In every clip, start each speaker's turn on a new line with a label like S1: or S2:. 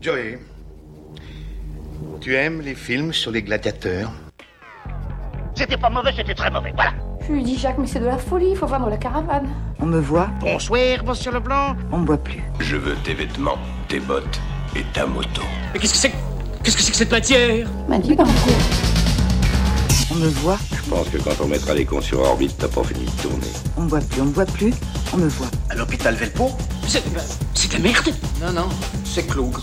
S1: Joey, tu aimes les films sur les gladiateurs
S2: C'était pas mauvais, c'était très mauvais. Voilà.
S3: Je lui dis, Jacques, mais c'est de la folie, il faut vendre la caravane.
S4: On me voit,
S2: Bonsoir, monsieur Leblanc.
S4: on me voit plus.
S5: Je veux tes vêtements, tes bottes et ta moto.
S6: Mais qu'est-ce que c'est que- Qu'est-ce que c'est que cette matière
S3: M'a dit, ben,
S4: On me voit,
S5: Je pense que quand on mettra les cons sur orbite, t'as pas fini de tourner.
S4: on me voit plus, on me voit plus, on me voit.
S7: À l'hôpital Velpo
S6: C'est c'est de la merde
S7: Non, non, c'est Cloug.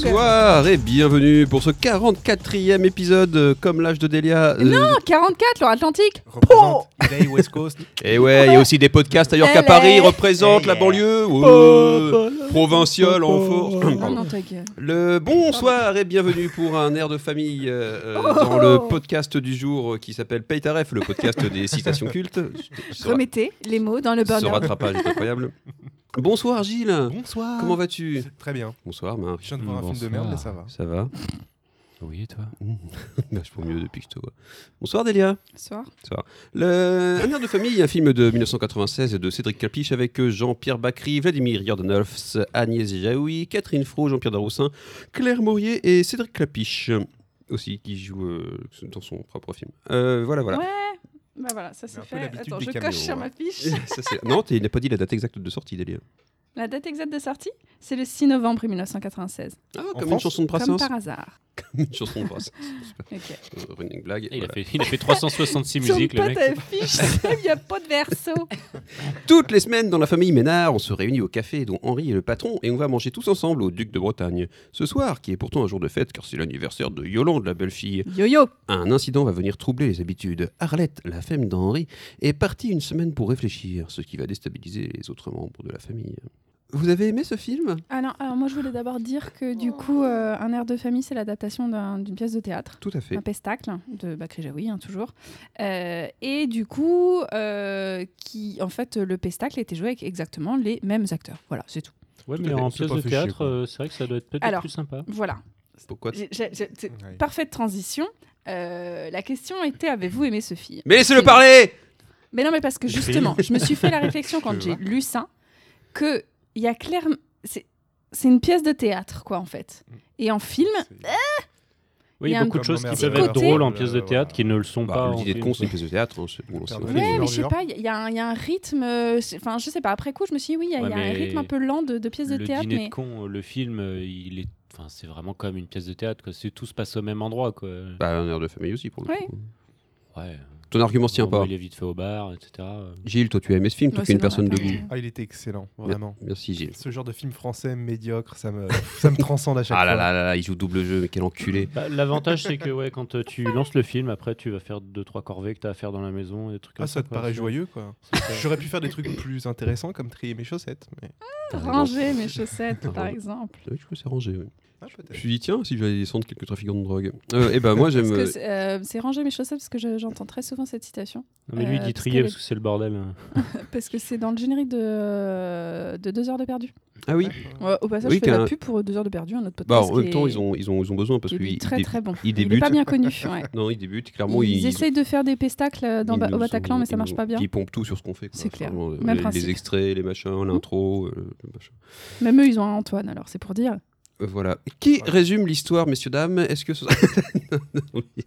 S8: Bonsoir et bienvenue pour ce 44e épisode euh, comme l'âge de Delia. euh, Non
S9: 44, l'heure Atlantique
S10: représente eBay West Coast.
S8: Et ouais, il y a aussi des podcasts ailleurs qu'à
S9: Elle
S8: Paris
S9: est-
S8: représentent
S10: Elle
S8: la
S10: est-
S8: banlieue. Ouais, provinciale en force.
S9: Ah Non,
S8: Pardon.
S9: non, ta gueule.
S8: Le bonsoir et bienvenue pour un air de famille euh, euh,
S9: Oh.
S8: dans le podcast du jour euh, qui s'appelle Paytaref, le podcast des citations cultes. Ce ra-
S9: Remettez les mots dans le
S8: Ce
S9: burner.
S8: rattrapage est incroyable. Bonsoir Mm, Gilles,
S10: Bonsoir.
S8: comment vas-tu
S10: Très bien.
S8: Bonsoir Marc.
S10: Je viens de voir un film de merde, mais ça va.
S8: Ça va Oui, toi Mmh. Bah, Je prends mieux depuis que je te vois. Bonsoir Delia.
S9: Soir.
S8: Le... Un air de famille, un film de 1996 de Cédric Clapiche avec euh, Jean-Pierre Bacry, Vladimir Yordanovs, Agnès Jaoui, Catherine Fro, Jean-Pierre Daroussin, Claire Maurier et Cédric Clapiche aussi qui joue euh, dans son propre film. Euh, voilà, voilà.
S9: Ouais. Bah voilà, ça c'est
S10: un peu
S9: fait.
S10: l'habitude
S9: Attends,
S10: des
S9: je
S10: caméos, hein.
S9: coche sur
S10: ouais.
S9: ma fiche.
S8: Ça, c'est- non, tu n'as pas dit la date exacte de sortie, Delia.
S9: La date exacte de sortie, c'est le 6 novembre 1996.
S8: Ah,
S10: En
S8: comme une
S10: France
S8: chanson de
S9: Comme
S8: Brassens.
S9: par hasard.
S8: une chanson de Brassens.
S9: Ok.
S8: Euh, Running blague.
S6: il,
S8: voilà.
S6: a fait, il a fait 366
S9: Tourne
S6: musiques, le
S9: pas
S6: mec.
S9: ta fiche, il n'y a pas de verso.
S8: Toutes les semaines, dans la famille Ménard, on se réunit au café dont Henri est le patron et on va manger tous ensemble au Duc de Bretagne. Ce soir, qui est pourtant un jour de fête car c'est l'anniversaire de Yolande, la belle fille,
S9: Yo-yo
S8: un incident va venir troubler les habitudes. Arlette, la femme d'Henri, est partie une semaine pour réfléchir, ce qui va déstabiliser les autres membres de la famille. Vous avez aimé ce film
S9: Ah non, alors moi je voulais d'abord dire que du coup, euh, Un air de famille, c'est l'adaptation d'un- d'une pièce de théâtre.
S8: Tout à fait.
S9: Un pestacle de Bakri Jaoui, hein, toujours. Euh, et du coup, euh, qui, en fait, le pestacle était joué avec exactement les mêmes acteurs. Voilà, c'est tout.
S6: Ouais,
S10: mais en pièce de théâtre,
S6: euh, c'est vrai que ça doit être
S9: Alors. plus
S6: sympa.
S9: Voilà.
S8: Pourquoi
S9: J'ai- j'ai- j'ai- c'est-
S10: Ouais.
S9: Parfaite transition. Euh, la question était avez-vous aimé ce film
S8: Mais laissez-le parler
S9: Mais non, mais parce que
S6: Le
S9: justement, je me suis fait la réflexion
S10: Je
S9: quand j'ai
S10: vois.
S9: lu ça que il y a clairement c'est c'est une pièce de théâtre quoi en fait.
S6: Mm.
S9: Et en film,
S6: Oui,
S9: Il y
S6: il y
S9: a
S6: a
S9: un
S6: beaucoup de
S10: petit
S6: choses
S10: côté-
S6: qui peuvent être
S9: Côté-
S6: drôles en pièce de
S10: Voilà.
S6: théâtre qui ne Euh, le sont pas.
S8: bah,
S6: en
S8: L'idée de
S6: film.
S8: con, c'est une pièce de théâtre. hein, c'est- bon, on s'en
S10: Ouais,
S8: fout.
S10: des
S9: Ouais, mais je sais
S10: ordures.
S9: pas, il y, a un- il y a un rythme. euh, c'est- Enfin, je sais pas. Après coup, je me suis dit, oui, il y a,
S6: Ouais,
S9: il y a un
S6: mais
S9: rythme un peu lent de, de pièces de
S6: le
S9: théâtre.
S6: dîner
S9: Mais...
S6: de con, le film, euh, il est, enfin, c'est vraiment comme une pièce de théâtre. Quoi. C'est tout se passe au même endroit, quoi.
S8: Bah, un air de famille aussi, pour le
S9: Ouais.
S8: coup.
S6: Ouais.
S8: Ton argument se tient
S6: Vraiment,
S8: pas.
S6: Il est vite fait au bar, etc.
S8: Gilles, toi, tu as aimé ce film, toi
S9: Moi,
S8: qui es une
S9: c'est dans
S8: personne
S9: ma
S8: de
S9: tête.
S8: goût.
S10: Ah, il était excellent, vraiment.
S8: Merci, Gilles.
S10: Ce genre de film français médiocre, ça me, ça me transcende à chaque
S8: Ah
S10: fois.
S8: là là là, là, il joue double jeu, mais quel enculé.
S6: Bah, L'avantage, c'est que ouais, quand euh, tu lances le film, après, tu vas faire deux trois corvées que tu as à faire dans la maison, et des trucs comme
S10: Ah, ça te
S6: quoi.
S10: paraît
S6: C'est-
S10: joyeux, quoi. J'aurais pu faire des trucs plus intéressants, comme trier mes chaussettes. Mais...
S9: Ranger mes chaussettes, par exemple.
S8: Oui, je crois que c'est rangé. oui.
S10: Ah,
S8: Je me
S10: peut-être.
S8: suis dit, tiens, si j'allais descendre quelques trafiquants de drogue. et ben moi,
S9: Parce que
S8: j'aime.
S9: c'est euh, c'est ranger mes chaussettes parce que je- j'entends très souvent cette citation.
S6: Non, mais
S9: Euh,
S6: lui, il
S9: parce
S6: dit trier
S9: qu'elle
S6: parce
S9: est-
S6: que c'est le bordel. hein.
S9: Parce que c'est dans le générique de, euh, de 2 heures de perdu.
S8: Ah oui
S9: Ouais, au passage,
S8: Oui,
S9: je fais de
S8: qu'un-
S9: la pub pour 2 heures de perdu, un autre
S8: Bah,
S9: podcast.
S8: en même
S9: qui
S8: temps,
S9: est-
S8: ils ont, ils, ont, ils ont besoin parce
S9: qui est
S8: qu'ils.
S9: très
S8: ils-
S9: très bon.
S8: ils
S9: Il est pas
S8: débutent.
S9: bien connu. ouais.
S8: Non, ils débutent, clairement.
S9: ils, essayent de faire des pestacles dans,
S8: ils
S9: Ba-
S8: nous
S9: au Bataclan,
S8: ont-
S9: mais ça
S8: ils
S9: marche
S8: nous-
S9: pas bien.
S8: Ils pompent tout sur ce qu'on fait. quoi.
S9: C'est clair.
S8: Vraiment, euh,
S9: Même
S8: les,
S9: principe. Mm.
S8: les extraits, les machins, l'intro, euh, le machin.
S9: Même eux, ils ont un Antoine, alors c'est pour dire.
S8: Euh, voilà. Qui
S10: Ouais.
S8: résume l'histoire, messieurs, dames Est-ce que ce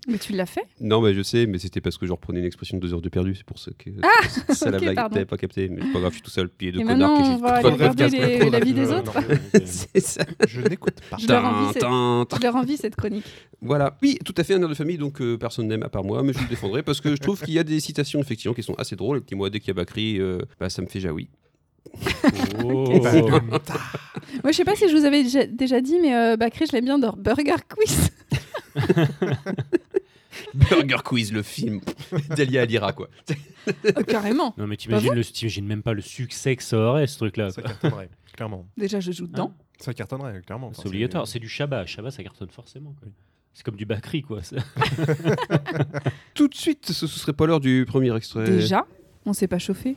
S9: Mais tu l'as fait
S8: Non, mais je sais, mais c'était parce que je reprenais une expression de deux heures de perdu, c'est pour ça que c'est ça la
S9: Ah ok,
S8: blague que
S9: pardon.
S8: t'avais pas capté. Mais c'est pas grave, je suis tout seul, puis de
S9: Et
S8: connard
S9: maintenant,
S8: qui
S9: on va aller
S10: Faudrait
S9: regarder
S10: peut-être
S9: les-
S10: qu'on
S9: la vie des
S10: a-
S9: autres.
S8: C'est ça.
S10: Je n'écoute pas.
S9: Je leur envie cette-
S8: Tintin,
S9: Je leur envie cette chronique.
S8: Voilà, oui, tout à fait un air de famille, donc euh, personne n'aime à part moi, mais je le défendrai parce que je trouve qu'il y a des citations effectivement qui sont assez drôles. Et puis moi, dès qu'il y a Bakri, euh, bah, ça me fait jaoui.
S6: Oh.
S9: Moi, je sais pas si je vous avais déjà, déjà dit, mais euh, Bakri, je l'aime bien dans Burger Quiz.
S8: Burger Quiz, le film. Delia Alira, quoi.
S9: Oh, carrément.
S6: Non, mais t'imagines, le- t'imagines même pas le succès que ça aurait, ce truc-là.
S10: Ça cartonnerait, clairement.
S9: Déjà, je joue dedans.
S10: Ça cartonnerait, clairement. Enfin,
S6: C'est obligatoire. C'est du Shabbat. Shabbat, ça cartonne forcément. quoi. C'est comme du Bakri, quoi. ça.
S8: Tout de suite, ce, ce serait pas l'heure du premier extrait.
S9: Déjà, on s'est pas chauffé.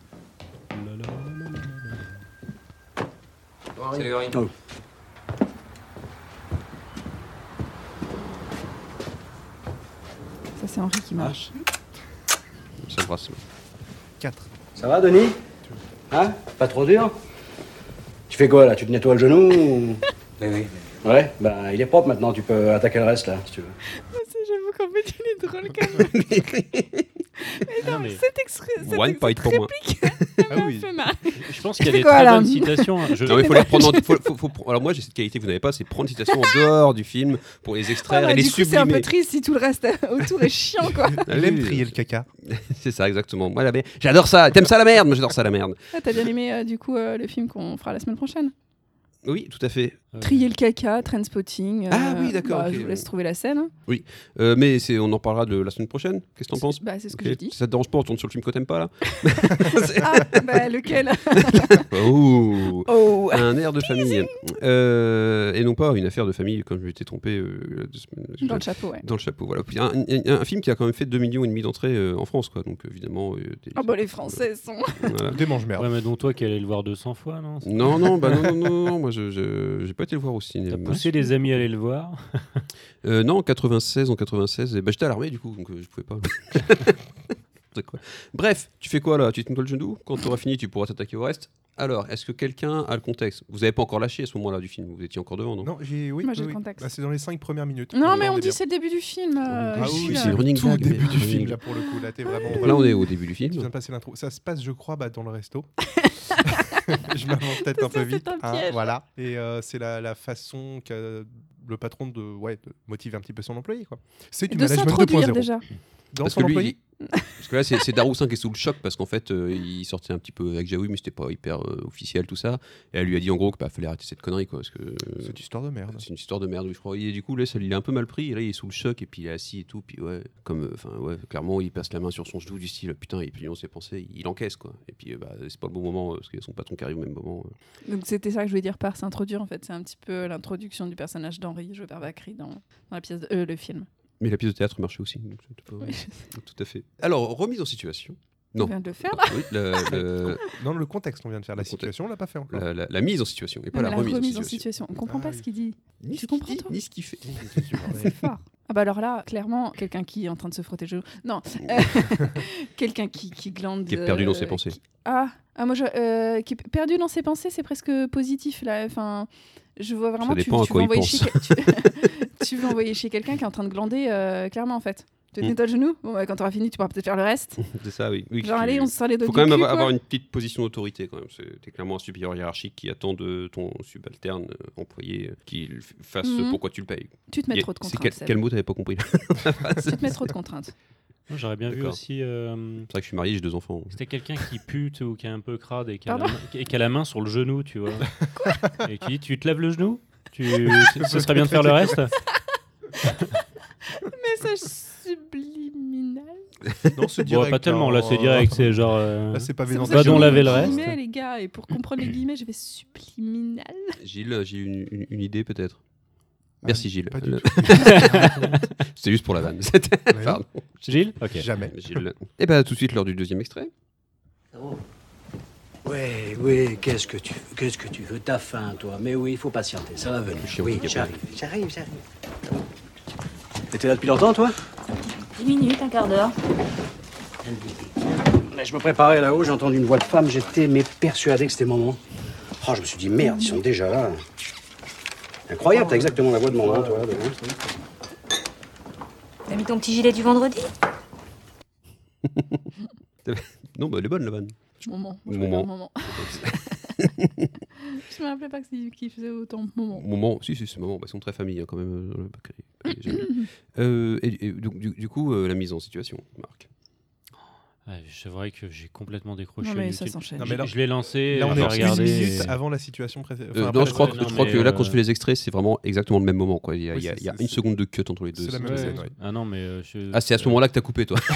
S9: Ça, c'est Henri
S8: Ah.
S9: qui marche.
S8: Ça brasse.
S10: 4.
S7: Ça va, Denis Hein Pas trop dur Tu
S11: Tu fais quoi là Tu te nettoies le genou ou-
S7: Oui, oui.
S11: Ouais, bah il est propre maintenant, tu peux attaquer le reste là, si tu veux.
S9: Ah, J'avoue qu'en fait, il est drôle quand même. mais non,
S6: mais-
S9: cette, extra- cette,
S8: One
S9: cette
S8: point pour moi.
S9: réplique
S6: Ah
S9: m'a
S6: oui.
S9: fait marrer.
S6: Je pense qu'il y a
S9: C'est
S6: des
S9: quoi,
S6: très
S9: là
S6: bonnes citations. hein. Je-
S8: Non, mais faut les prendre. en- faut- faut- faut pr- alors moi j'ai cette qualité que vous n'avez pas, c'est prendre des citations en dehors du film pour les
S9: Ah
S8: extraire
S9: bah,
S8: et les
S9: du coup, c'est un peu
S8: sublimer.
S9: triste si tout le reste autour est chiant, quoi.
S10: Elle aime trier le caca.
S8: C'est ça exactement. Moi la mer- j'adore ça. T'aimes ça la merde Moi j'adore ça la merde.
S9: Ah, T'as bien aimé, euh, du coup, euh, le film qu'on fera la semaine prochaine
S8: Oui, tout à fait.
S6: Euh,
S9: Trier le caca, Trainspotting. euh,
S8: Ah oui, d'accord,
S9: bah,
S8: ok.
S9: Je vous laisse trouver la scène. hein.
S8: Euh, mais c'est, on en parlera de la semaine prochaine. Qu'est-ce que t'en penses
S9: Bah, c'est ce que
S8: Ok.
S9: j'ai dit.
S8: Si ça te dérange pas, on tourne sur le film que t'aimes pas là.
S9: Ah, bah, lequel
S8: Oh.
S9: Oh
S8: Un air de famille. Euh, et non pas une affaire de famille, comme je m'étais trompé euh, la deux semaines-
S9: Dans le chapeau, ouais.
S8: Dans le chapeau, voilà. Puis Un, un- un film qui a quand même fait 2 millions et demi d'entrées euh, en France, quoi. Donc évidemment. euh, des-
S9: Ah, bah, les Français sont.
S8: Voilà.
S10: Des mange-merdes.
S6: Ouais, mais donc toi qui allais le voir 200 fois, non C'est-
S8: Non, non, bah non, non, non, non, moi je, je- j'ai pas été le voir au
S6: T'as
S8: cinéma.
S6: poussé les amis à aller le voir.
S8: Euh, non, en 96, en 96, et bah, j'étais à l'armée du coup, donc euh, je pouvais pas. C'est quoi Bref, tu fais quoi là Tu te mets le genou Quand tu auras fini, tu pourras t'attaquer au reste. Alors, est-ce que quelqu'un a le contexte Vous avez pas encore lâché à ce moment-là du film, vous étiez encore devant, non,
S10: Non, j'ai. Oui,
S9: Moi, j'ai
S10: oui,
S9: le
S10: oui.
S9: contexte.
S10: Bah, c'est dans les 5 premières minutes.
S9: Non, mais
S10: est
S9: on
S10: bien.
S9: dit c'est le début du film. euh,
S10: Ah oui,
S9: je suis,
S8: c'est
S9: euh,
S8: running
S10: Tout le
S8: gag, mais-
S10: début du
S8: running
S10: film,
S8: gag.
S10: là, pour le coup. Là, t'es vraiment.
S8: Là,
S10: voilà.
S8: on est au début du
S10: Tu viens
S8: film.
S10: de passer l'intro. Ça se passe, je crois, bah, dans le resto. je m'avance peut-être
S9: Ça,
S10: un peu
S9: c'est
S10: vite.
S9: un
S10: hein,
S9: piège.
S10: voilà. Et euh, c'est la, la façon que le patron de, ouais, de motiver un petit peu son employé. quoi. C'est du
S9: De
S10: management
S9: s'introduire
S10: 2.0.
S9: déjà.
S10: Dans
S8: parce
S10: son
S8: que lui,
S10: employé.
S8: il- parce que là, c'est, c'est Daroussin qui est sous le choc parce qu'en fait, euh, il sortait un petit peu avec Jaoui, mais c'était pas hyper euh, officiel tout ça. Et elle lui a dit en gros que bah, fallait arrêter cette connerie, quoi, parce que euh,
S10: Cette histoire de merde.
S8: c'est une histoire de merde, oui, je crois. Et du coup, là, ça lui a un peu mal pris. Et là, il est sous le choc et puis il est assis et tout. Puis ouais, comme, euh, enfin ouais, clairement, il passe la main sur son genou du style putain. Et puis on s'est pensé, il encaisse quoi. Et puis euh, bah, c'est pas le bon moment euh, parce qu'il y a son patron qui arrive au même moment. euh.
S9: Donc c'était ça que je voulais dire par s'introduire en fait, c'est un petit peu l'introduction du personnage d'Henri Jobert Bacri dans, dans la pièce de, euh, le film.
S8: Mais la pièce de théâtre marchait aussi. donc c'était pas-
S9: Oui, je sais,
S8: Tout à fait. Alors remise en situation.
S9: on
S8: Non.
S9: vient de le faire.
S8: Oui, le- le-
S10: Non, le contexte, on vient de faire. La
S8: Le contexte.
S10: situation, on l'a pas fait encore.
S8: la, la- la mise en situation et pas la,
S9: Non, mais
S8: remise, en situation.
S9: On comprend
S10: Ah
S9: pas
S10: oui.
S9: ce qu'il dit.
S8: Ni
S9: Tu comprends, toi
S8: ni ce qu'il fait.
S9: C'est fort. Ah bah alors là, clairement, quelqu'un qui est en train de se frotter le genou. Non, euh, quelqu'un qui, qui glande.
S8: Oh. Qui est perdu dans
S9: euh,
S8: ses pensées.
S9: qui- Ah, ah, moi, je- euh, qui est perdu dans ses pensées, c'est presque positif là. Enfin, je vois vraiment.
S8: Ça
S9: tu-
S8: dépend à
S9: tu,
S8: quoi
S9: veux
S8: il
S9: envoyer
S8: pense.
S9: chez quel- tu, tu veux envoyer chez quelqu'un qui est en train de glander, euh, clairement en fait. Tu te
S8: Mm.
S9: nettoies le genou. Bon, bah, quand t'auras fini, tu pourras peut-être faire le reste.
S8: C'est ça, oui. Oui,
S9: Genre,
S8: tu-
S9: allez, on se sort les doigts
S8: faut
S9: du
S8: quand même
S9: cul,
S8: avoir,
S9: quoi.
S8: avoir une petite position d'autorité quand même. C'est- T'es clairement un supérieur hiérarchique qui attend de ton subalterne euh, employé euh, qu'il f- fasse ce
S9: Mhm.
S8: pourquoi tu le payes.
S9: Tu te mets
S8: Y a-
S9: trop de
S8: c'est
S9: contraintes.
S8: quel,
S9: Seb.
S8: quel mot t'avais pas compris
S9: Tu te mets trop de contraintes.
S6: Moi, J'aurais bien vu
S8: D'accord.
S6: aussi. euh,
S8: C'est vrai que je suis marié, j'ai deux enfants.
S6: C'était quelqu'un qui pute ou qui est un peu crade et qui a, la
S9: Pardon
S6: main, et qui a la main sur le genou, tu vois. et tu dis, tu te laves le genou tu, Ce ce serait bien de faire le reste
S9: Message subliminal.
S8: Ah,
S10: Non, c'est
S6: Bon,
S10: direct,
S6: Pas tellement, là
S10: hein.
S6: c'est direct, c'est genre. euh,
S10: Là, c'est pas
S9: C'est
S10: dans
S9: pour
S6: va
S9: ça que je
S10: ta
S6: donc
S9: mets
S10: gueule.
S6: laver le
S9: les
S6: reste.
S9: guillemets, les gars, et pour comprendre les guillemets, je vais subliminal.
S8: Gilles, j'ai une, une- une idée peut-être. Merci Gilles.
S10: Ah, Pas du
S8: Le-
S10: tout.
S8: C'est juste pour la vanne. C'était-
S10: Mais non,
S8: Pardon.
S6: Gilles Ok.
S10: Jamais.
S8: Gilles. Et bien tout de suite lors du deuxième extrait.
S11: Ouais, ouais, qu'est-ce que tu veux Qu'est-ce que tu veux T'as faim, toi. Mais oui, il faut patienter, ça va venir.
S8: chien
S11: Oui,
S8: handicapé.
S11: j'arrive, j'arrive, j'arrive. T'étais là depuis longtemps, toi
S3: 10 minutes, un quart d'heure.
S11: Mais Je me préparais là-haut, j'ai entendu une voix de femme, j'étais mais persuadé que c'était maman. Oh, je me suis dit, merde, ils sont déjà là. Incroyable, t'as exactement la voix de maman, toi. de- hein.
S3: T'as mis ton petit gilet du vendredi
S8: Non, bah elle est bonne la vanne.
S9: Moment. Moi, je
S8: Moment.
S9: préfère moment. je me rappelais pas que c'est lui qui faisait autant de moments.
S8: Moment, si, si, ce moment, bah, ils sont très familles hein, quand même. euh, dans le Baccarie. Allez, j'aime bien. Euh, et, et donc, du, du coup, euh, la mise en situation, Marc.
S6: Ah, c'est vrai que j'ai complètement décroché.
S9: Non,
S6: au
S9: mais ça
S6: YouTube.
S9: s'enchaîne.
S10: Non,
S6: Je-
S10: mais là-
S6: je l'ai lancé,
S10: Là, on
S6: j'ai
S10: est en une
S6: regardé.
S10: minute
S6: et-
S10: avant la situation précédente.
S8: Euh, non, je crois,
S6: ouais,
S8: que,
S6: non,
S8: je crois
S6: mais,
S8: que là, quand
S6: euh,
S8: je fais les extraits, c'est vraiment exactement le même moment. Quoi. Il y a,
S10: Oui,
S8: il y a-
S10: c'est-
S8: il y a
S10: c'est-
S8: une seconde de cut entre les deux.
S10: C'est la
S8: c'est-
S10: même
S8: c'est-
S10: scène,
S6: Ouais.
S10: ouais.
S6: Ah non, mais. euh, je-
S8: Ah, c'est à ce moment-là que t'as coupé, toi.
S6: Non,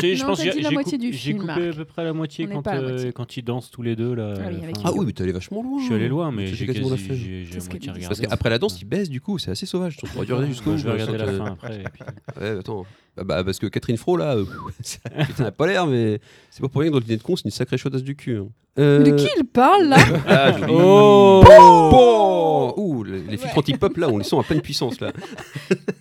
S6: j'ai- je
S9: Non,
S6: pense
S9: t'as
S6: que
S9: dit
S6: j'ai-
S9: la
S6: j'ai
S9: moitié
S6: coup-
S9: du
S6: J'ai
S9: film,
S6: coupé
S9: Marc.
S6: à peu près la moitié
S9: On n'est
S6: quand,
S9: pas à la
S6: euh,
S9: moitié.
S6: quand ils dansent tous les deux. Là,
S9: Ah oui,
S6: euh,
S9: avec
S6: enfin,
S8: ah oui, mais t'es allé vachement loin.
S6: Je suis allé loin, mais
S8: T'as
S6: j'ai
S8: quasiment
S6: quasi.
S8: la fait.
S6: j'ai-
S9: C'est
S6: J'ai à
S9: ce qu'elle
S6: moitié
S9: dit.
S6: regardé.
S8: Parce
S6: en
S8: qu'après la
S6: fait.
S8: danse, il baisse du coup, c'est assez sauvage. Tu aurais dû regarder jusqu'au
S6: Moi,
S8: bout.
S6: Je vais regarder la
S8: euh,
S6: fin après. et puis-
S8: Ouais, attends. Ah bah, parce que Catherine Fro, là, euh, ça putain, elle a pas l'air, mais c'est pas pour rien que dans le dîner de con, c'est une sacrée chaudasse du cul. hein. Euh,
S9: Mais de qui il parle là
S8: Ah, joli.
S6: Oh
S8: Bon Ouh, les, les filtres
S9: Ouais.
S8: anti-pop là, on les sent à pleine puissance là.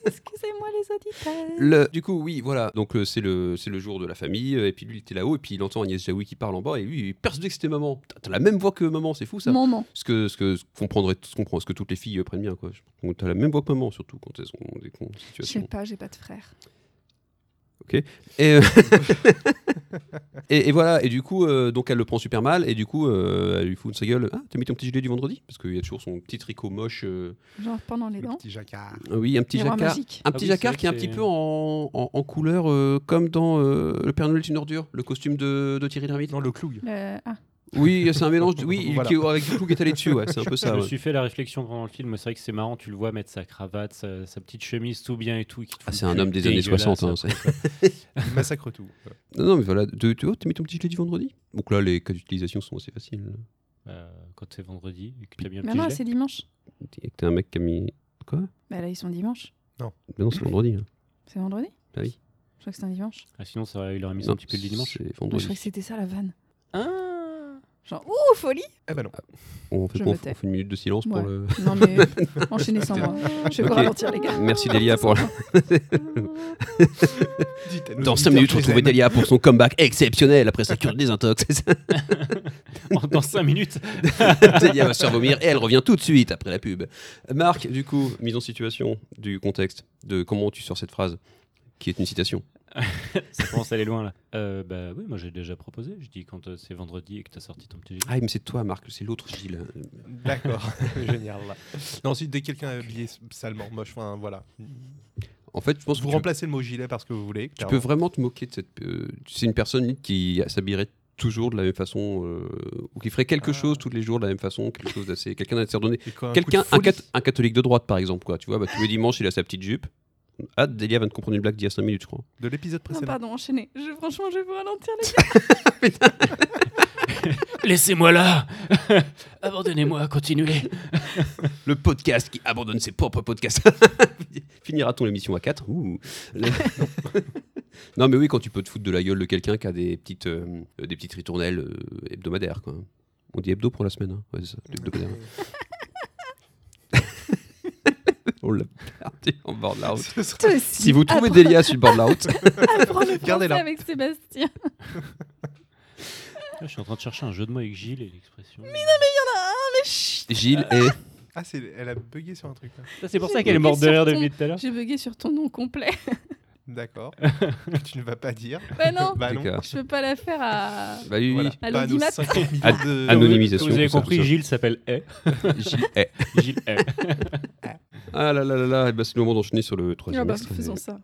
S9: Excusez-moi les auditeurs.
S8: Le- du coup, oui, voilà. Donc, euh, c'est le, c'est le jour de la famille. euh, Et puis, lui, il était là-haut. Et puis, il entend Agnès Jaoui qui parle en bas. Et lui, il est persuadé que c'était maman. Putain, T'as la même voix que maman, c'est fou ça.
S9: Maman.
S8: Ce que, ce que ce qu'on prendrait- ce qu'on prend- ce que toutes les filles euh, prennent bien, quoi. Donc, T'as la même voix que maman, surtout quand elles sont dans des con-
S9: Je sais
S8: situations.
S9: pas, j'ai pas de frère.
S8: Ok. Et, euh, et, et voilà. Et du coup, euh, donc elle le prend super mal. Et du coup, euh, elle lui fout de sa gueule. Ah, t'as mis ton petit gilet du vendredi Parce qu'il y a toujours son petit tricot moche. euh,
S9: Genre pendant les dents.
S10: Petit jacquard.
S8: euh, oui, un petit
S9: Miroir
S8: jacquard.
S9: magique.
S8: Un
S6: Ah
S8: petit
S6: oui,
S8: jacquard
S6: c'est
S8: qui est un
S6: vrai que
S8: petit
S6: c'est-
S8: peu en, en- en couleur euh, comme dans euh, Le Père Noël est une ordure, le costume de, de Thierry Lhermitte.
S10: Non, le clouille.
S9: Euh, ah,
S8: Oui, c'est un mélange. de- Oui, il-
S10: Voilà.
S8: qui est- avec du clou qui est allé dessus, ouais, c'est un peu
S6: Je
S8: ça.
S6: me
S8: ouais.
S6: suis fait la réflexion pendant le film. C'est vrai que c'est marrant, tu le vois mettre sa cravate, sa, sa petite chemise tout bien et tout. qui te
S8: Ah,
S6: fout
S8: c'est
S6: le
S8: un
S6: cul
S8: homme des années
S6: dégueulasse
S8: 60. hein,
S6: après.
S8: c'est-
S10: Il massacre tout. Euh, Ouais.
S8: non, non, mais voilà. Tu tu- oh, t'as mis ton petit gilet du vendredi Donc là, les cas d'utilisation sont assez faciles.
S6: Euh, quand c'est vendredi et que tu as bien un
S9: mais
S6: petit
S9: non,
S6: gilet.
S9: c'est dimanche.
S8: Et que T'es un mec qui a mis. Quoi
S9: Bah là, ils sont dimanche.
S8: Mais non, c'est vendredi. hein.
S9: C'est vendredi
S8: Ah oui.
S9: Je crois que c'est un dimanche.
S6: Ah, sinon, ça, aurait- il aurait mis
S8: Non,
S6: un petit peu le dimanche.
S8: C'est
S9: Moi, je crois
S8: vendredi.
S9: que c'était ça la vanne.
S6: Ah
S9: Genre, ouh, Oh, folie
S10: Eh ben non.
S8: On fait,
S9: Je
S8: on
S9: me
S8: fait-
S9: tais.
S8: on fait une minute de silence
S9: Ouais.
S8: pour le.
S9: Non, mais enchaînez sans moi. Je vais
S8: Ok.
S9: vous ralentir, les gars.
S8: Merci Delia pour la-
S10: Dites à nos
S8: Dans 5
S10: auditeurs
S8: minutes,
S10: qu'ils
S8: retrouvez
S10: aiment.
S8: Delia pour son comeback exceptionnel après sa cure de désintox.
S6: Dans 5 minutes
S8: Delia va se faire vomir et elle revient tout de suite après la pub. Marc, du coup, mise en situation du contexte de comment tu sors cette phrase qui est une citation.
S6: Ça commence à aller loin là. Euh, bah oui, moi j'ai déjà proposé. Je dis quand euh, c'est vendredi et que t'as sorti ton petit gilet.
S8: Ah, mais c'est toi, Marc, c'est l'autre Gilles.
S10: D'accord, génial. Non, ensuite, dès que quelqu'un est habillé salement, moche, enfin voilà.
S8: En fait, je pense que
S10: Vous
S8: tu,
S10: remplacez le mot gilet par ce que vous voulez.
S8: tu peux vraiment te moquer de cette. euh, c'est une personne qui s'habillerait toujours de la même façon euh, ou qui ferait quelque
S10: Ah.
S8: chose tous les jours de la même façon, quelque chose d'assez. Quelqu'un d'assez ordonné.
S10: clairement. Et quand
S8: Quelqu'un,
S10: coup
S8: un,
S10: de folie-
S8: cath- un catholique de droite par exemple, quoi. Tu vois, bah, tous les dimanches, il a sa petite jupe. Ah, Delia vient de comprendre une blague d'il y a 5 minutes, je crois.
S10: de l'épisode
S9: Non,
S10: précédent.
S9: pardon, enchaînez. Je, franchement, je vais vous ralentir, les gars.
S6: Laissez-moi là Abandonnez-moi, continuez
S8: Le podcast qui abandonne ses propres podcasts. Finira-t-on l'émission à 4 Non, mais oui, quand tu peux te foutre de la gueule de quelqu'un qui a des petites, euh, des petites ritournelles euh, hebdomadaires, quoi. On dit hebdo pour la semaine, hein. Ouais, c'est ça, hebdomadaire. On l'a perdu en bord de la route. Ah,
S10: Ce sera-
S9: Toi aussi.
S8: Si vous trouvez
S9: Apprends-
S8: Delia sur le bord de la route,
S9: apprends le
S10: Gardez-la.
S9: français avec Sébastien.
S6: Je suis en train de chercher un jeu de mots avec Gilles et l'expression.
S9: Il y en a un, mais chut
S8: Gilles est.
S10: Ah, c'est... elle a bugué sur un truc. hein. là.
S6: Ça, C'est pour
S9: J'ai
S6: ça qu'elle est morte de
S9: bugué
S6: rire
S9: sur
S6: depuis tout à l'heure.
S9: J'ai bugué sur ton nom complet.
S10: D'accord. Que tu ne vas pas dire.
S9: Bah non,
S10: Bah non.
S8: D'accord.
S9: je peux pas la faire à...
S8: Bah oui, oui.
S10: Voilà.
S9: À
S10: Pas nos
S9: l'audimat.
S10: 50 millions
S8: Ad-
S10: de-
S8: Anonymisation,
S6: Vous avez
S8: tout ça, tout
S6: compris,
S8: ça.
S6: Gilles s'appelle A.
S8: Gilles est.
S6: Gilles A.
S8: Ah là là là là, eh ben, c'est le moment d'enchaîner sur le
S9: Ah
S8: troisième
S9: bah,
S8: extrait.
S9: faisons ça.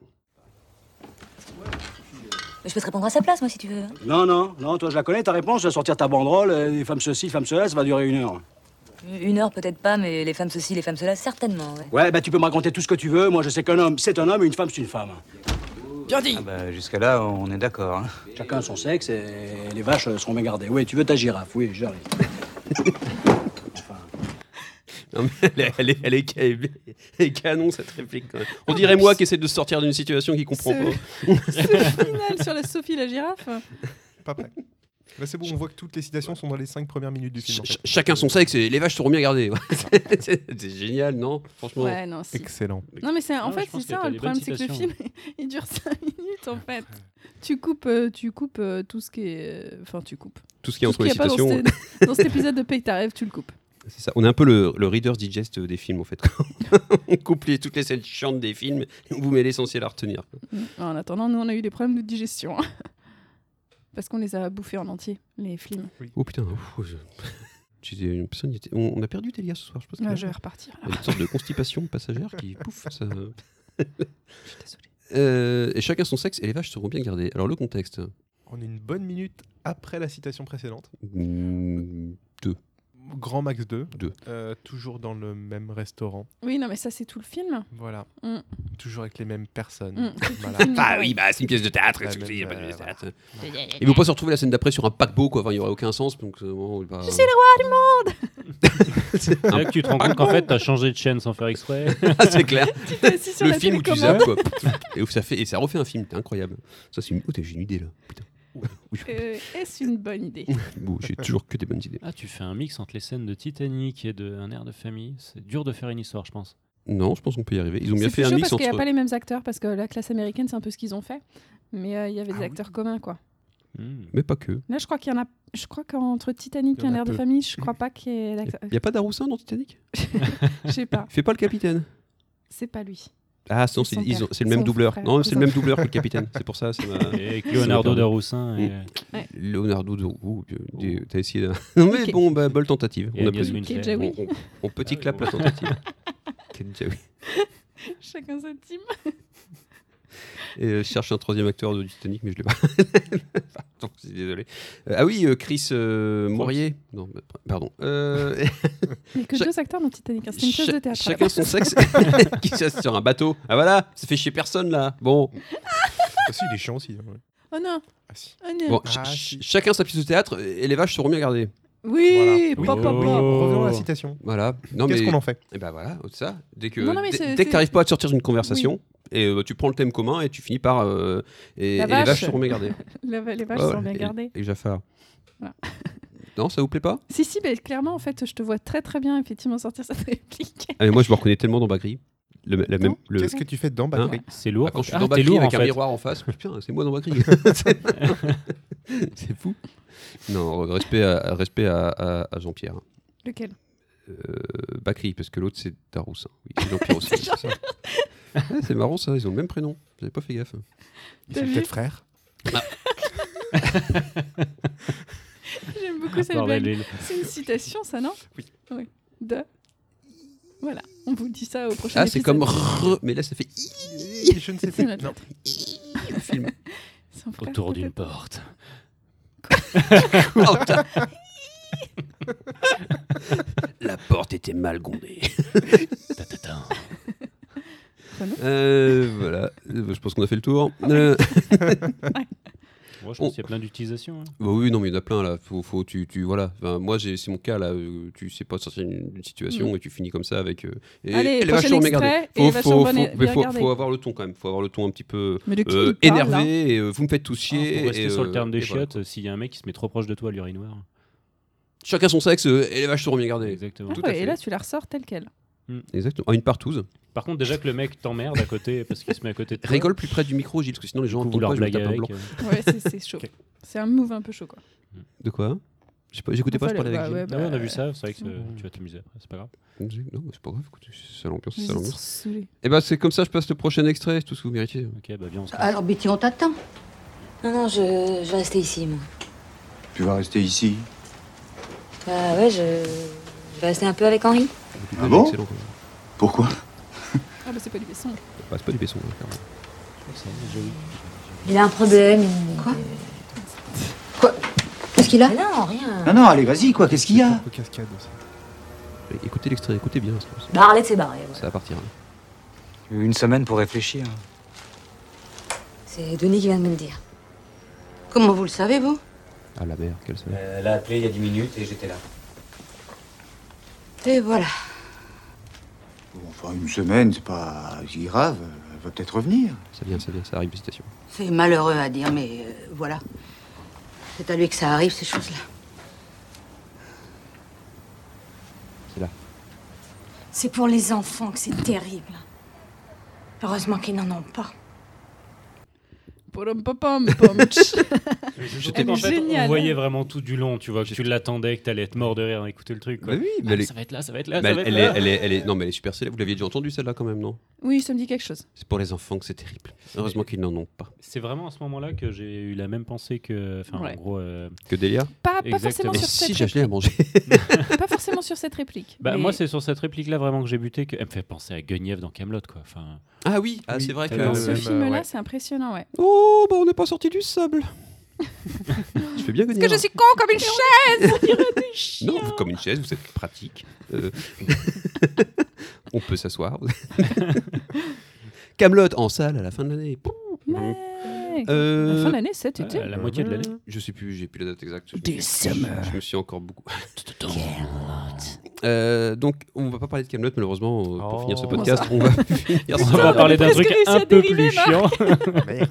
S3: Je peux te répondre à sa place, moi, si tu veux.
S11: Non, non, non, toi je la connais, ta réponse, tu vas sortir ta banderole, euh, les femmes ceci, femmes cela, ça va durer une heure.
S3: Une heure, peut-être pas, mais les femmes ceci, les femmes cela, certainement, ouais.
S11: Ouais, bah tu peux me raconter tout ce que tu veux, moi je sais qu'un homme c'est un homme et une femme c'est une femme.
S9: Bien dit
S7: Jusqu'à-là, on est d'accord. hein.
S11: Chacun son sexe et les vaches seront bien gardées. Oui, tu veux ta girafe, oui, j'arrive.
S8: Non, mais elle, est- elle est, elle, est, ca- elle est canon cette réplique. quand même. On dirait moi qui essaie de sortir d'une situation qu'il comprend
S9: Ce-
S8: pas.
S9: Ce final sur la Sophie la girafe.
S10: Pas prêt. Là, c'est bon, on voit que toutes les citations sont dans les 5 premières minutes du film.
S8: Ch-
S10: en
S8: ch-
S10: fait.
S8: chacun son sexe et les vaches seront bien gardées. C'est- c'est c'est génial, non Franchement.
S9: Ouais, non, si.
S10: Excellent.
S9: Non, mais c'est en
S6: Non, mais
S9: fait,
S6: je
S9: c'est
S6: pense que
S9: ça,
S6: t'as
S9: le
S6: des
S9: problème,
S6: bonnes
S9: c'est que le film,
S6: citations.
S9: il dure 5 minutes, en fait. Tu coupes, euh, tu coupes euh, tout ce qui est... Enfin, tu coupes.
S8: Tout ce qui est
S9: Tout
S8: entre
S9: ce
S8: les
S9: qu'il y a pas dans
S8: citations.
S9: cet- Dans cet épisode de Paye ta rêve, tu le coupes.
S8: C'est ça. On est un peu le, le Reader's Digest des films en fait. on coupe les- toutes les scènes chiantes des films et on vous met l'essentiel à retenir.
S9: Mm. En attendant, nous, on a eu des problèmes de digestion. hein. Parce qu'on les a bouffés en entier, les films.
S8: Oh putain. ouf, je- j'ai une personne- on, on a perdu Delia ce soir, je pense. qu'elle a-
S9: Ah, je vais repartir.
S8: Il y a une sorte de constipation passagère qui pouf. Ça...
S9: désolée.
S8: Euh, et chacun son sexe et les vaches seront bien gardées. Alors le contexte.
S10: On est une bonne minute après la citation précédente.
S8: Mm,
S10: Grand Max 2.
S8: Deux.
S10: Euh, toujours dans le même restaurant.
S9: Oui, non, mais ça, c'est tout le film.
S10: Voilà.
S9: Mm.
S10: Toujours avec les mêmes personnes.
S9: Mm.
S10: Voilà.
S9: Film.
S8: Ah oui, bah c'est une pièce de théâtre.
S10: Ouais,
S8: excusez,
S10: même,
S8: il y a pas de
S10: euh,
S8: pièce de
S10: voilà.
S8: théâtre. Ils vont pas se retrouver la scène d'après sur un paquebot, quoi. Enfin, il y aura aucun sens. Donc, euh, bon, il va-
S9: Je suis le
S6: C'est là que tu te rends compte qu'en fait t'as changé de chaîne sans faire exprès.
S8: Ah, c'est clair.
S9: roi, tu t'es assis sur
S8: Le
S9: la
S8: film où tu
S9: télécommande.
S8: zappes, quoi. Et, ouf, ça fait... et ça refait un film, c'est incroyable. Ça, c'est une... Oh, t'as- j'ai une idée là. Putain. Oui.
S9: Euh, Est-ce une bonne idée
S8: Bon, j'ai toujours que des bonnes idées.
S6: Ah, tu fais un mix entre les scènes de Titanic et de Un air de famille. C'est dur de faire une histoire, je pense.
S8: Non, je pense qu'on peut y arriver. Ils ont bien
S9: C'est
S8: fait
S9: plus
S8: un
S9: chaud
S8: mix
S9: parce qu'il n'y a
S8: entre.
S9: pas les mêmes acteurs, parce que la classe américaine, c'est un peu ce qu'ils ont fait. Mais euh, il y avait des acteurs communs, quoi.
S8: Mais pas que.
S9: Là, je crois qu'il y en a. Je crois qu'entre Titanic
S8: Il y
S9: et
S8: en
S9: Un
S8: a
S9: air de
S8: peu.
S9: famille, je crois pas qu'il y ait l'acteur.
S8: Il n'y a pas d'Aroussin dans Titanic
S9: Je sais pas.
S8: Fais pas le capitaine.
S9: C'est pas lui.
S8: Ah, sinon, c'est
S9: Son
S8: ils ont-
S9: père.
S8: c'est le même
S9: Son
S8: doubleur.
S9: frère.
S8: Non, c'est le
S9: Son
S8: même
S9: frère.
S8: doubleur que le capitaine. C'est pour ça. ça m'a-
S6: Et avec
S8: ça m'a
S6: Leonardo
S8: perdu.
S6: Daroussin et-
S8: Mm.
S9: Ouais.
S8: Leonardo Daroussin. ouh, Dieu, T'as essayé d'un. Non, mais
S9: Ok.
S8: bon, bah, bonne tentative.
S6: Et Agnès
S8: applaudit.
S6: Winfrey.
S9: Ok, Jaoui.
S8: On, on- on
S10: Ah
S8: petit clap la tentative. Quel Jaoui.
S9: Chacun sa team.
S8: Et euh, je cherche un troisième acteur de Titanic, mais je l'ai pas. Pardon, je suis désolé. Euh, ah oui, euh, Chris euh, Morier. Non, bah, pardon. Euh,
S9: Il n'y a que
S8: Cha-
S9: deux acteurs dans Titanic. hein. C'est une pièce
S8: cha-
S9: de théâtre.
S8: Chacun son sexe. Qui s'assied sur un bateau. Ah voilà, ça fait chier personne là. Bon,
S10: Ah, si, il est chiant aussi. hein, ouais.
S9: Oh non.
S10: Ah, si.
S9: Oh non.
S8: bon
S10: Ah,
S8: ch- ch-
S10: si.
S8: chacun sa pièce de théâtre et les vaches seront bien gardées.
S9: Oui,
S10: Voilà.
S9: pop, pop,
S6: Oui. Oh.
S9: pop.
S10: Revenons à la citation.
S8: Voilà. Non,
S10: Qu'est-ce
S8: mais-
S10: qu'on en fait
S8: Et ben voilà, c'est ça. Dès que,
S9: Non, non, mais
S8: dès- dès
S9: c'est-
S8: que
S9: c'est-
S8: t'arrives pas à te sortir d'une conversation, et euh, tu prends le thème commun et tu finis par. euh, et,
S9: La
S8: et les
S9: vache.
S8: vaches seront bien gardées.
S9: La- Les vaches
S8: Ouais,
S9: sont bien
S8: et-
S9: gardées.
S8: Et, Jafar.
S9: Voilà.
S8: non, ça vous plaît pas
S9: Si, si, mais clairement, en fait, je te vois très, très bien effectivement sortir cette réplique.
S8: ah, mais Moi, je me reconnais tellement dans Bakri. Le, la même, le...
S10: Qu'est-ce que tu fais dedans,
S8: Hein
S10: Patrick
S6: C'est
S8: Ah,
S6: lourd.
S8: quand je suis
S6: Ah,
S8: dans
S6: t'es
S8: Bakri
S6: lourd en
S8: avec un
S6: fait.
S8: miroir en face, putain, c'est moi dans Bakri. c'est fou. Non, respect à, respect à, à- à Jean-Pierre.
S9: Lequel
S8: Euh, Bakri, parce que l'autre, c'est Daroussin. Oui, c'est Jean-Pierre aussi.
S9: C'est genre-
S8: Ah, c'est marrant ça, ils ont le même prénom. J'avais pas fait gaffe.
S10: Ils
S9: T'as
S10: sont
S9: vu
S10: peut-être frères.
S9: J'aime beaucoup cette
S6: Bordel,
S9: blague.
S6: il-
S9: C'est une citation, ça, non
S10: Oui.
S9: Oui. De. Voilà, on vous dit ça au prochain
S8: Ah, c'est
S9: épisode.
S8: comme R, mais là ça fait I
S10: Je ne
S9: C'est
S10: sais plus.
S9: notre
S10: Non.
S9: lettre.
S8: au film.
S9: Son frère,
S6: Autour d'une
S9: peut-être.
S6: porte.
S8: Oh, putain. La porte était mal gondée.
S6: Ta-ta-ta.
S8: Euh, voilà, Euh, je pense qu'on a fait le tour.
S9: Ah
S8: Euh,
S6: Moi, je
S8: On-
S6: pense qu'il y a plein d'utilisations. hein.
S8: bah oui, non, mais il y en a plein là. Faut, faut, tu, tu, voilà. Enfin, moi, j'ai- c'est mon cas là. euh, Tu sais pas sortir d'une d'une situation et tu finis comme ça avec. euh, et,
S9: Mm. Allez,
S8: et les
S9: prochain
S8: vaches sont bien
S9: extrait,
S8: gardées.
S9: et les
S8: Faut,
S9: vaches
S8: faut,
S9: sont
S8: faut,
S9: bonnes et
S8: mais
S9: bien
S8: faut,
S9: gardées.
S8: faut avoir le ton quand même. Faut avoir le ton un petit peu
S9: Mais de qui
S8: euh,
S9: il parle,
S8: énervé.
S9: là
S8: et, euh, vous me faites tousser.
S6: Ah, Hein, Pour rester
S8: et,
S6: sur le
S8: euh,
S6: terme des
S8: et voilà.
S6: chiottes, s'il y a un mec qui se met trop proche de toi à l'urinoir.
S8: Chacun son sexe euh, et les vaches seront bien gardées.
S6: Exactement.
S9: Ah
S8: Tout à
S9: ouais,
S8: fait.
S9: et là, tu la ressors telle qu'elle.
S8: Exactement. Ah, une partouze.
S6: Par contre, déjà que le mec t'emmerde à côté parce qu'il se met à côté de toi.
S8: Rigole plus près du micro, Gilles, parce que sinon les gens
S6: Vous
S8: entendent
S6: leur
S8: pas, je me
S6: blague
S8: tape un
S6: avec.
S8: blanc.
S6: euh,
S9: Ouais, c'est- c'est chaud.
S6: Ok.
S9: C'est un move un peu chaud, quoi.
S8: De quoi J'ai pas- J'écoutais pas, je
S9: Enfin,
S8: parlais
S9: bah
S8: avec
S9: ouais,
S8: Gilles.
S6: Ah ouais, on a vu ça, c'est vrai que
S9: Ouais.
S6: euh, tu vas t'amuser après, c'est pas grave.
S8: Gilles, Non, mais c'est pas grave, écoutez, c'est ça l'ambiance, c'est
S9: Vous
S8: ça
S9: êtes
S8: l'ambiance.
S9: saoulés.
S8: Et bah c'est comme ça, je passe le prochain extrait, c'est tout ce que vous méritez.
S6: Ok, bah bien, on se
S3: Alors, Betty, on t'attend. Non, non, je, je vais rester ici, moi.
S5: Tu vas rester ici
S3: Bah ouais, je, je vais rester un peu avec Henri.
S5: Ah bon
S8: Excellent, quoi.
S5: Pourquoi
S9: Ah, bah, c'est pas du Besson.
S8: Bah, c'est pas du Besson, hein, clairement.
S3: Il a un problème. Quoi Bah, Quoi Qu'est-ce qu'il a Non, rien.
S11: Non, non, allez, vas-y, quoi, qu'est-ce qu'il y a
S10: Au cascade aussi.
S8: Allez, Écoutez l'extrait, écoutez bien, ça va-
S3: Bah, Arlette s'est barrée. ouais.
S8: ça va partir. hein.
S7: Une semaine pour réfléchir.
S3: C'est Denis qui vient de me le dire.
S12: Comment vous le savez, vous
S8: Ah la merde, quelle semaine.
S7: Euh, elle a appelé il y a 10 minutes et j'étais là.
S12: Et voilà.
S5: Enfin, une semaine, c'est pas si grave. Elle va peut-être revenir.
S8: Ça vient, ça vient, ça arrive, citation.
S12: C'est malheureux à dire, mais euh, voilà. C'est à lui que ça arrive, ces choses-là.
S8: C'est là.
S12: C'est pour les enfants que c'est terrible. Heureusement qu'ils n'en ont pas.
S9: Podom, popom, pom, tch.
S6: J'étais
S9: Elle est géniale.
S6: on voyait vraiment tout du long, tu vois, que tu l'attendais, que t'allais être mort de rire à écouter le truc. Quoi.
S8: Bah oui, mais
S6: Ah,
S8: elle est-
S6: Ça va être là, ça va être là,
S8: mais
S6: ça
S8: elle,
S6: va être
S8: elle est,
S6: là.
S8: elle est- elle est- non mais elle est super célèbre, vous l'aviez déjà entendu celle-là quand même, non
S9: Oui, ça me dit quelque chose.
S8: C'est pour les enfants que c'est terrible. Heureusement qu'ils n'en ont pas.
S6: C'est vraiment à ce moment-là que j'ai eu la même pensée que. Enfin,
S9: Ouais.
S6: en gros. euh,
S8: Que délire
S9: Pas, pas forcément
S6: Exactement.
S8: Et
S9: sur
S8: si
S9: cette
S8: j'achetais à
S9: réplique.
S8: manger
S9: Pas forcément sur cette réplique.
S6: Bah,
S9: mais-
S6: moi, c'est sur cette réplique-là vraiment que j'ai buté, qu'elle me fait penser à Guenièvre dans Camelot, quoi. Enfin,
S8: Ah oui, ah,
S10: Oui,
S8: c'est vrai que...
S10: t'as
S9: Dans
S10: le
S9: ce
S10: même, euh,
S9: film-là,
S10: ouais.
S9: c'est impressionnant, ouais.
S8: Oh, bah on n'est pas sorti du sable. je fais bien gagner.
S9: suis con comme une chaise
S8: Non, vous, comme une chaise, vous êtes pratique. Euh, on peut s'asseoir. Camelot en salle à la fin de l'année.
S9: Mec,
S8: Euh,
S9: La fin de l'année, cet été.
S6: à la moitié de l'année.
S8: Je sais plus, j'ai plus la date exacte. Je me suis- Je me suis encore beaucoup. Euh, donc, on va pas parler de Camelot malheureusement euh, pour
S6: Oh.
S8: finir ce
S6: Comment
S8: podcast. On va finir
S6: On
S8: sur-
S6: va parler d'un
S9: presque
S6: truc
S9: réussi à
S6: un peu
S9: dériver,
S6: plus chiant.
S10: Merde.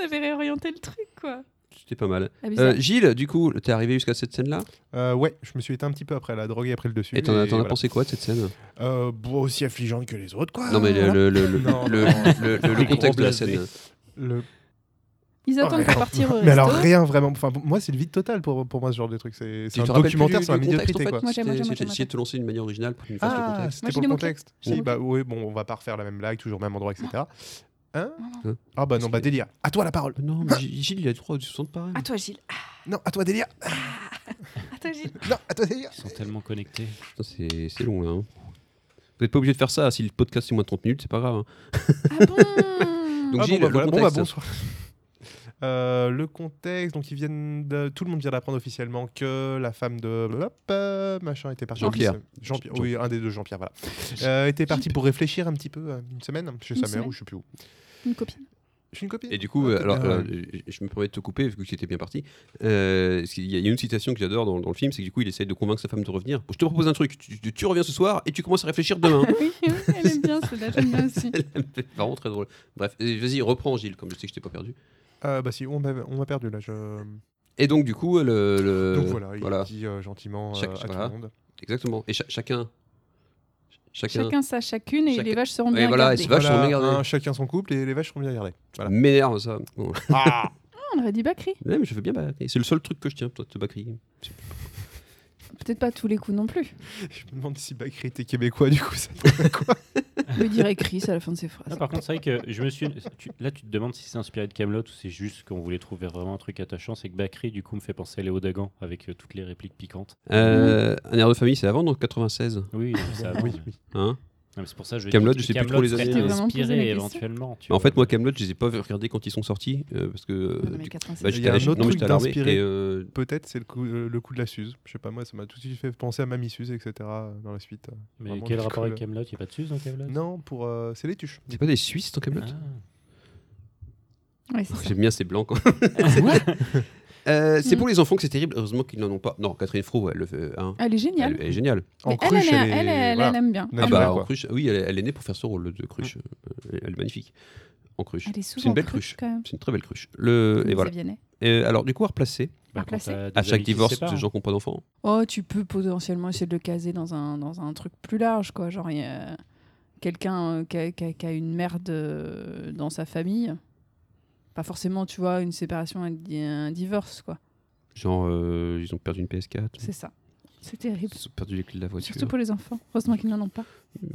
S9: On avait réorienté le truc, quoi.
S8: C'était pas mal.
S10: Ah, bizarre.
S8: Euh, Gilles, du coup, t'es arrivé jusqu'à cette scène-là
S10: Euh, ouais, je me suis éteint un petit peu après, la drogue a pris le dessus.
S8: Et t'en as- t'en as
S10: voilà.
S8: pensé quoi de cette scène
S10: euh, bon, Aussi affligeante que les autres, quoi.
S8: Non, mais le-
S10: Voilà.
S8: le- le- le-
S10: Non,
S8: le-
S10: non.
S8: le- le- le
S10: Les gros
S8: contexte de la
S10: blasés.
S8: scène.
S10: Le-
S9: Ils
S10: Oh,
S9: attendent
S10: mais
S9: pour partir au
S10: alors- Mais alors
S9: resto.
S10: rien vraiment. Enfin, pour moi, c'est le vide total pour, pour moi ce genre de truc. C'est c'est
S8: Tu
S10: un
S8: te rappelles
S10: documentaire
S8: plus
S10: sur la
S8: du contexte, en
S10: médiocrité,
S8: fait
S10: quoi.
S8: C'était- C'était essayé de te lancer d'une manière originale pour que tu nous fasses le
S10: Ah,
S8: contexte.
S10: c'était pour le contexte. Si, bah oui, bon, on va pas refaire la même blague, toujours au même endroit, etc. Hein
S8: Hein
S10: Ah bah non, bah délire. À toi la parole.
S8: Non, mais Gilles, il a droit du son de parole.
S9: À toi, Gilles.
S10: Non, à toi, Délia.
S9: À toi, Gilles.
S10: Non, à toi, Délia.
S6: Ils sont tellement connectés.
S8: Putain, Ah. C'est c'est long là. hein. Vous n'êtes pas obligé de faire ça. Si le podcast est moins de 30 minutes, c'est pas grave. hein.
S9: Ah
S8: Donc
S10: Ah,
S8: Gilles,
S10: bon, bah,
S8: le
S10: voilà, bon, bah,
S8: contexte.
S10: bonsoir. Euh, le contexte, donc ils viennent de- tout le monde vient d'apprendre officiellement que la femme de hop, euh, machin était partie.
S8: Jean-Pierre.
S10: Jean oui, un des deux Jean-Pierre, voilà. Euh, était parti pour réfléchir un petit peu euh, une semaine chez
S9: Une
S10: sa mère
S9: semaine.
S10: ou je sais plus où.
S9: Une copine.
S10: Je suis une copine.
S8: Et du coup,
S10: Ah,
S8: euh, alors,
S10: peut-être,
S8: alors,
S10: ouais.
S8: euh, je- je me permets de te couper vu que tu étais bien parti. Euh, il y a il y a une citation que j'adore dans, dans le film, c'est que du coup, il essaye de convaincre sa femme de revenir. Je te propose un truc. Tu, tu- tu reviens ce soir et tu commences à réfléchir demain.
S9: Oui, oui, elle aime bien celle-là, j'aime bien aussi.
S8: C'est vraiment très drôle. Bref, et vas-y, reprends Gilles, comme je sais que je t'ai pas perdu.
S10: Euh, bah si, on m'a on m'a perdu là. Je...
S8: Et donc, du coup, le. le-
S10: Donc voilà, il dit, euh, gentiment, euh, à tout le monde.
S8: Exactement. Et cha- chacun. ch- Chacun.
S9: Chacun sa chacune et
S8: Chacun-
S9: les vaches seront
S8: Et
S9: bien
S8: voilà,
S9: gardées.
S8: et ces vaches seront bien
S10: Voilà,
S8: gardées.
S10: un chacun son couple et les vaches seront bien gardées. Voilà.
S8: M'énerve ça. Bon.
S9: Ah, on aurait dit Bakri.
S8: Ouais, mais je veux bien Bakri. C'est le seul truc que je tiens, toi, de Bakri.
S9: Peut-être pas tous les coups non plus.
S10: Je me demande si Bakri était québécois du coup, ça donne quoi
S9: Je dirais Chris à la fin de ses phrases.
S6: Ah, par contre, c'est vrai que je me suis. tu- là, tu te demandes si c'est inspiré de Camelot ou c'est juste qu'on voulait trouver vraiment un truc attachant. C'est que Bakri, du coup, me fait penser à Léo Dagan avec euh, toutes les répliques piquantes.
S8: Euh, Un air de famille, c'est avant, donc 96.
S6: Oui, c'est avant.
S8: Oui, oui. Hein
S6: Non, mais c'est pour ça que je dis
S8: Camelot,
S6: que
S8: je sais plus
S6: Kaamelott
S8: trop les
S6: serait
S8: années. euh,
S6: inspiré éventuellement. tu
S8: en fait, moi, Camelot, je les ai pas regardés quand ils sont sortis euh, parce que.
S9: Ah,
S8: euh, du- bah,
S10: Il
S8: j'étais
S10: y a
S8: à la-
S10: un autre
S8: non, mais
S10: truc
S8: j'étais à l'armée,
S10: d'inspiré.
S8: et, euh,
S10: Peut-être c'est le coup, euh, le coup de la Suze. Je sais pas, moi ça m'a tout de suite fait penser à Mamie Suze, etc. euh, dans la suite. euh,
S6: Mais
S10: vraiment
S6: quel
S10: du
S6: rapport
S10: coup,
S6: avec
S10: euh,
S6: Camelot Il n'y a pas de Suze dans Camelot Ah. Bah,
S10: Non, pour euh, c'est les tuches.
S8: C'est pas des Suisses dans Camelot
S9: Ouais, c'est ça.
S8: J'aime bien ces blancs. quand- Euh, c'est pour les enfants que c'est terrible. Heureusement qu'ils n'en ont pas. Non, Catherine Fro, elle, le fait, hein.
S9: Elle est géniale.
S8: Elle, elle est géniale.
S9: Mais elle, elle, elle, elle, elle, elle aime bien.
S8: Ah
S9: Elle
S8: bah,
S9: joue.
S8: en cruche, oui, elle, est- elle est née pour faire ce rôle de cruche.
S9: Ah.
S8: Euh, Elle, elle est magnifique. En cruche.
S9: Elle est
S8: C'est
S9: souvent
S8: une belle
S9: cruche, Euh,
S8: cruche.
S9: quand même.
S8: C'est une très belle cruche. Le,
S9: Comme
S8: et voilà.
S9: Xavier Ney.
S8: Et alors, du coup, à replacer.
S9: À replacer.
S6: quand t'as des
S8: À
S6: amis
S8: chaque
S6: qui se
S8: divorce
S6: séparent.
S8: de gens qui n'ont pas d'enfants.
S9: Oh, tu peux potentiellement essayer de le caser dans un, dans un truc plus large, quoi. Genre, il y a quelqu'un euh, qui a, qui a- qui a une merde euh, dans sa famille. Pas forcément, tu vois, une séparation, un, di- un divorce, quoi.
S8: Genre, euh, ils ont perdu une PS4.
S9: C'est ça. C'est terrible.
S8: Ils ont perdu les clés de la voiture. Euh,
S9: Surtout pour les enfants. Heureusement qu'ils n'en ont pas.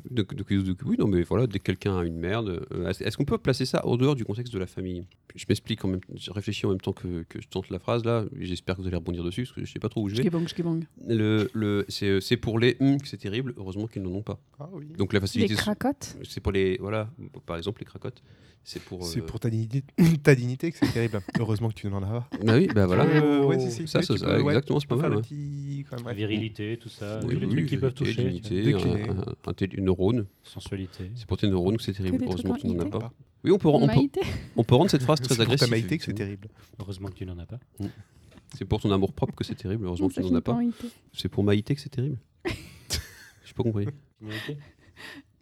S8: Donc- donc, donc, oui, non, mais voilà, dès que quelqu'un a une merde, euh, est-ce est-ce qu'on peut placer ça en dehors du contexte de la famille Je m'explique, en même- je réfléchis en même temps que, que je tente la phrase là, et j'espère que vous allez rebondir dessus, parce que je sais pas trop où je vais.
S9: Jkibong, jkibong.
S8: Le, le, c'est euh, c'est pour les hum, que c'est terrible, heureusement qu'ils n'en ont pas.
S10: Ah
S8: Donc la facilité.
S9: Les cracottes
S8: C'est pour les. Voilà, par exemple, les cracottes. C'est pour.
S10: C'est
S8: euh,
S10: pour ta dignité, ta dignité que c'est terrible. Heureusement que tu n'en as pas.
S8: Bah oui, bah voilà.
S10: Euh, ouais, si, si,
S8: Ça,
S10: oui,
S8: ça,
S10: tu
S8: ça,
S10: peux, ouais,
S8: exactement,
S10: tu
S8: c'est pas
S10: peux faire
S8: mal. ouais.
S10: le petit- quand même, ouais.
S6: Virilité, tout ça.
S10: euh,
S8: Oui,
S6: tous les
S8: oui,
S6: trucs qui peuvent toucher.
S8: virilité,
S6: tu vois.
S8: dignité, un, un- un télé- une neurone.
S6: Sensualité.
S8: C'est pour tes neurones que c'est terrible.
S6: des trucs
S8: Heureusement
S6: en
S8: que tu n'en as
S6: IT.
S8: pas. Oui, on peut, on,
S6: Maïté.
S8: peut, on peut rendre cette phrase très
S10: C'est pour ta
S8: agressive.
S10: maïté que c'est
S8: effectivement.
S10: terrible.
S6: Heureusement que tu n'en as pas.
S8: Mm. C'est pour ton amour propre que c'est terrible. Heureusement
S6: Non,
S8: que
S6: ça
S8: tu n'en
S6: finit
S8: as
S6: pas
S8: pas.
S6: en IT.
S8: C'est pour maïté que c'est terrible. J'ai pas compris.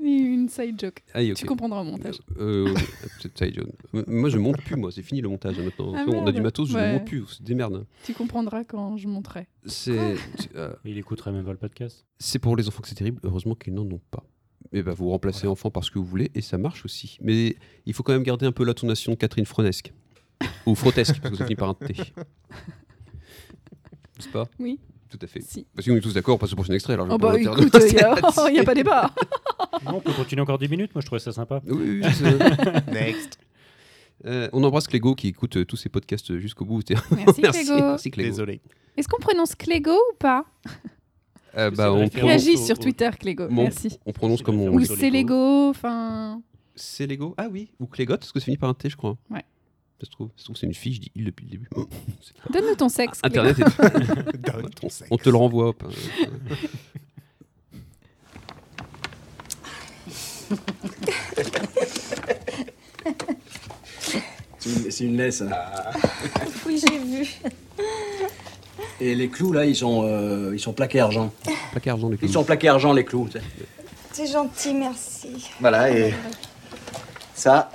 S9: Et une side joke.
S8: Aïe, ok.
S9: Tu comprendras au montage.
S8: Euh, euh, peut-être ça, John. Euh, Moi, je monte plus, moi. C'est fini le montage. hein, Maintenant,
S9: Ah,
S8: on a du
S9: merde.
S8: matos, je
S9: Ouais.
S8: monte plus. C'est des merdes. hein.
S9: Tu comprendras quand je monterai.
S8: C'est. euh,
S6: Il écouterait même pas le podcast.
S8: C'est pour les enfants que c'est terrible. Heureusement qu'ils n'en ont pas. Et ben, vous remplacez enfant par ce que vous voulez et ça marche aussi. Mais il faut quand même garder un peu l'intonation Catherine Fronesque. Ou Frotesque, parce que ça finit par un T. N'est-ce pas
S9: Oui.
S8: Tout à fait.
S9: Si.
S8: Parce qu'on est tous d'accord, on passe au prochain extrait. Alors je
S9: Oh
S8: vais pas
S9: bah
S8: m'interdire.
S9: écoute, il n'y a, oh, y a pas débat.
S6: Non, on peut continuer encore 10 minutes. Moi, je trouvais ça sympa.
S8: Oui, oui, oui, c'est- Euh, on embrasse Clégo qui écoute euh, tous ces podcasts euh, jusqu'au bout.
S9: Merci, Clégo.
S8: merci, Clégo.
S10: Désolé.
S9: Est-ce qu'on prononce Clégo ou pas
S8: Euh, bah,
S6: une
S8: on
S6: référence
S9: Réagis
S6: au-
S9: sur
S6: au-
S9: Twitter, Clégo.
S8: Bon,
S9: Merci.
S8: On prononce comme on.
S9: Ou c'est Lego, enfin.
S8: C'est Lego Ah oui, ou Clégotte, parce que ça finit par un T, je crois.
S9: Ouais.
S8: Ça se trouve, ça se trouve, c'est une fille, je dis il depuis le début. C'est pas-
S9: Donne-nous ton sexe,
S8: Ah, Internet
S9: Clégo.
S8: est-
S10: Donne ton
S8: On-
S10: sexe.
S8: On te le renvoie. hop. euh,
S11: C'est une, c'est une laisse. hein.
S7: Ah.
S12: Oui, j'ai vu.
S11: Et les clous, là, ils sont, euh, ils sont plaqués argent.
S8: Plaqué argent, les
S7: Mm.
S11: Ils sont plaqués argent, les clous. tu sais.
S12: C'est gentil, merci.
S11: Voilà, et ça,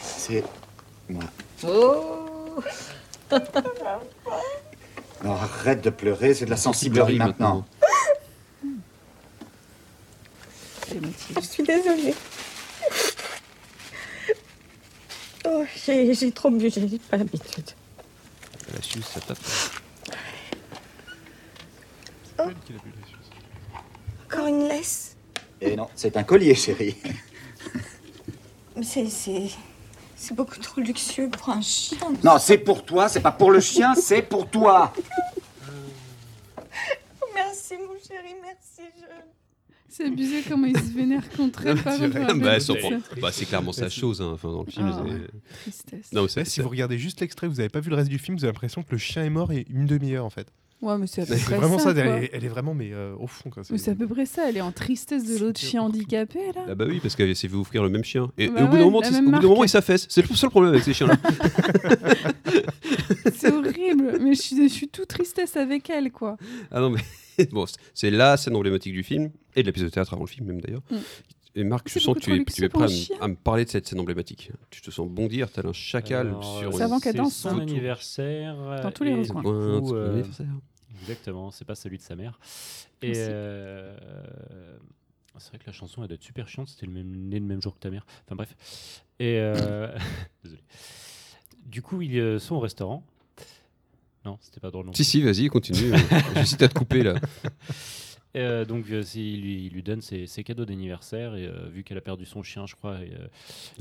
S1: C'est moi.
S12: Oh
S5: Non, arrête de pleurer, c'est de la sensiblerie maintenant.
S13: Je suis désolée. Oh, j'ai j'ai trop bu, j'ai pas l'habitude.
S8: La Suisse, ça tape.
S13: Encore une laisse
S5: Et non, c'est un collier, chérie.
S13: Mais c'est- c'est. C'est beaucoup trop luxueux pour un chien.
S5: Non, c'est pour toi, c'est pas pour le chien, c'est pour toi.
S13: Merci, mon chéri, merci, je.
S9: C'est abusé comment ils se vénèrent contre elle. par contre,
S8: Bah,
S9: on
S8: bah,
S9: rappelle
S8: sans-
S9: ça.
S8: bah, c'est clairement sa chose, hein, enfin, dans le film.
S9: Ah, Bah,
S8: c'est-
S9: tristesse.
S8: Non, mais
S10: Là,
S8: c'est-
S10: si vous regardez juste l'extrait, vous n'avez pas vu le reste du film, vous avez l'impression que le chien est mort et une demi-heure en fait.
S9: Ouais, mais c'est à peu
S10: C'est
S9: près
S10: vraiment
S9: ça,
S10: ça.
S9: quoi.
S10: elle, est, elle est vraiment mais euh, au fond quoi. c'est-
S9: Mais c'est à peu près ça, elle est en tristesse de l'autre chien handicapé
S8: Ah
S9: là.
S8: bah oui, parce qu'elle s'est fait offrir le même chien. Et, et
S9: Bah
S8: au bout d'un
S9: ouais,
S8: moment,
S9: la
S8: tu-
S9: même
S8: au bout d'un moment,
S9: marque.
S8: il s'affaisse. C'est le seul problème avec ces chiens-là.
S9: C'est horrible, mais je suis, je suis tout tristesse avec elle quoi.
S8: ah non, mais bon, c'est- c'est la scène emblématique du film, et de la pièce de théâtre avant le film, même d'ailleurs.
S9: Mm.
S8: Et Marc, je
S9: C'est
S8: sens que
S9: beaucoup
S8: tu es,
S9: trop
S8: tu
S9: luxueux
S8: es
S9: pour
S8: prêt à,
S9: un
S8: me-
S9: chien.
S8: à me parler de cette scène emblématique. Tu te sens bondir, tel un chacal sur.
S9: C'est avant qu'elle danse,
S6: son
S9: hein.
S6: euh, anniversaire. euh,
S9: Dans tous les
S6: et
S9: recoins.
S6: du
S8: Ouais,
S6: coup,
S8: c'est
S6: euh,
S8: mon anniversaire.
S6: exactement, c'est pas celui de sa mère. Et
S8: Principe.
S6: euh, c'est vrai que la chanson, elle doit être super chiante. C'était le même, né le même jour que ta mère. Enfin bref. Et euh, désolé. Du coup, ils euh, sont au restaurant. Non, c'était pas drôle. non
S8: Si, si, vas-y, continue. J'hésite à te couper, là.
S6: Et, euh, donc, euh, c'est- il, lui, il lui donne ses, ses cadeaux d'anniversaire et euh, vu qu'elle a perdu son chien, je crois. et, euh,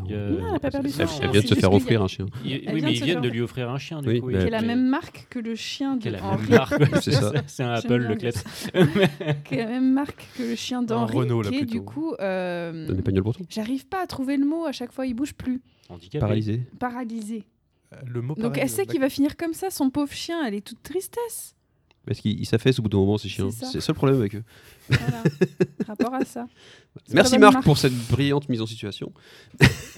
S6: il, euh,
S9: Non, elle a pas perdu son
S6: elle-
S9: chien,
S6: elle
S9: c'est juste qu'il y a-
S6: Il-
S9: Elle
S6: oui,
S9: vient
S6: mais
S9: de
S6: ils
S9: se
S6: viennent
S9: faire-
S6: de lui offrir un chien, du
S8: Oui,
S6: coup.
S8: mais-
S6: et-
S9: Qui est la
S6: mais-
S9: même marque que le chien de
S6: Qui est la
S9: Henri.
S6: même marque. C'est ça. C'est un
S9: J'aime
S6: Apple,
S9: bien
S6: le
S9: dire
S6: Klebs.
S9: ça. Qui est la même marque que le chien d'Henri.
S8: Renault, là,
S9: qui est
S8: plutôt.
S9: du coup. euh,
S8: Un épagneul breton.
S9: J'arrive pas à trouver le mot, à chaque fois il bouge plus.
S6: Handicapé.
S8: Paralysé.
S9: Paralysé.
S10: Le mot
S9: Donc elle sait qu'il va finir comme ça, son pauvre chien, elle est toute tristesse.
S8: Parce qu'ils ils s'affaissent au bout d'un moment, ces chiens.
S9: C'est ça.
S8: C'est le seul problème avec eux.
S9: Voilà. Rapport à ça. C'est
S8: Merci
S9: pas bonne
S8: Marc
S9: marque.
S8: pour cette brillante mise en situation.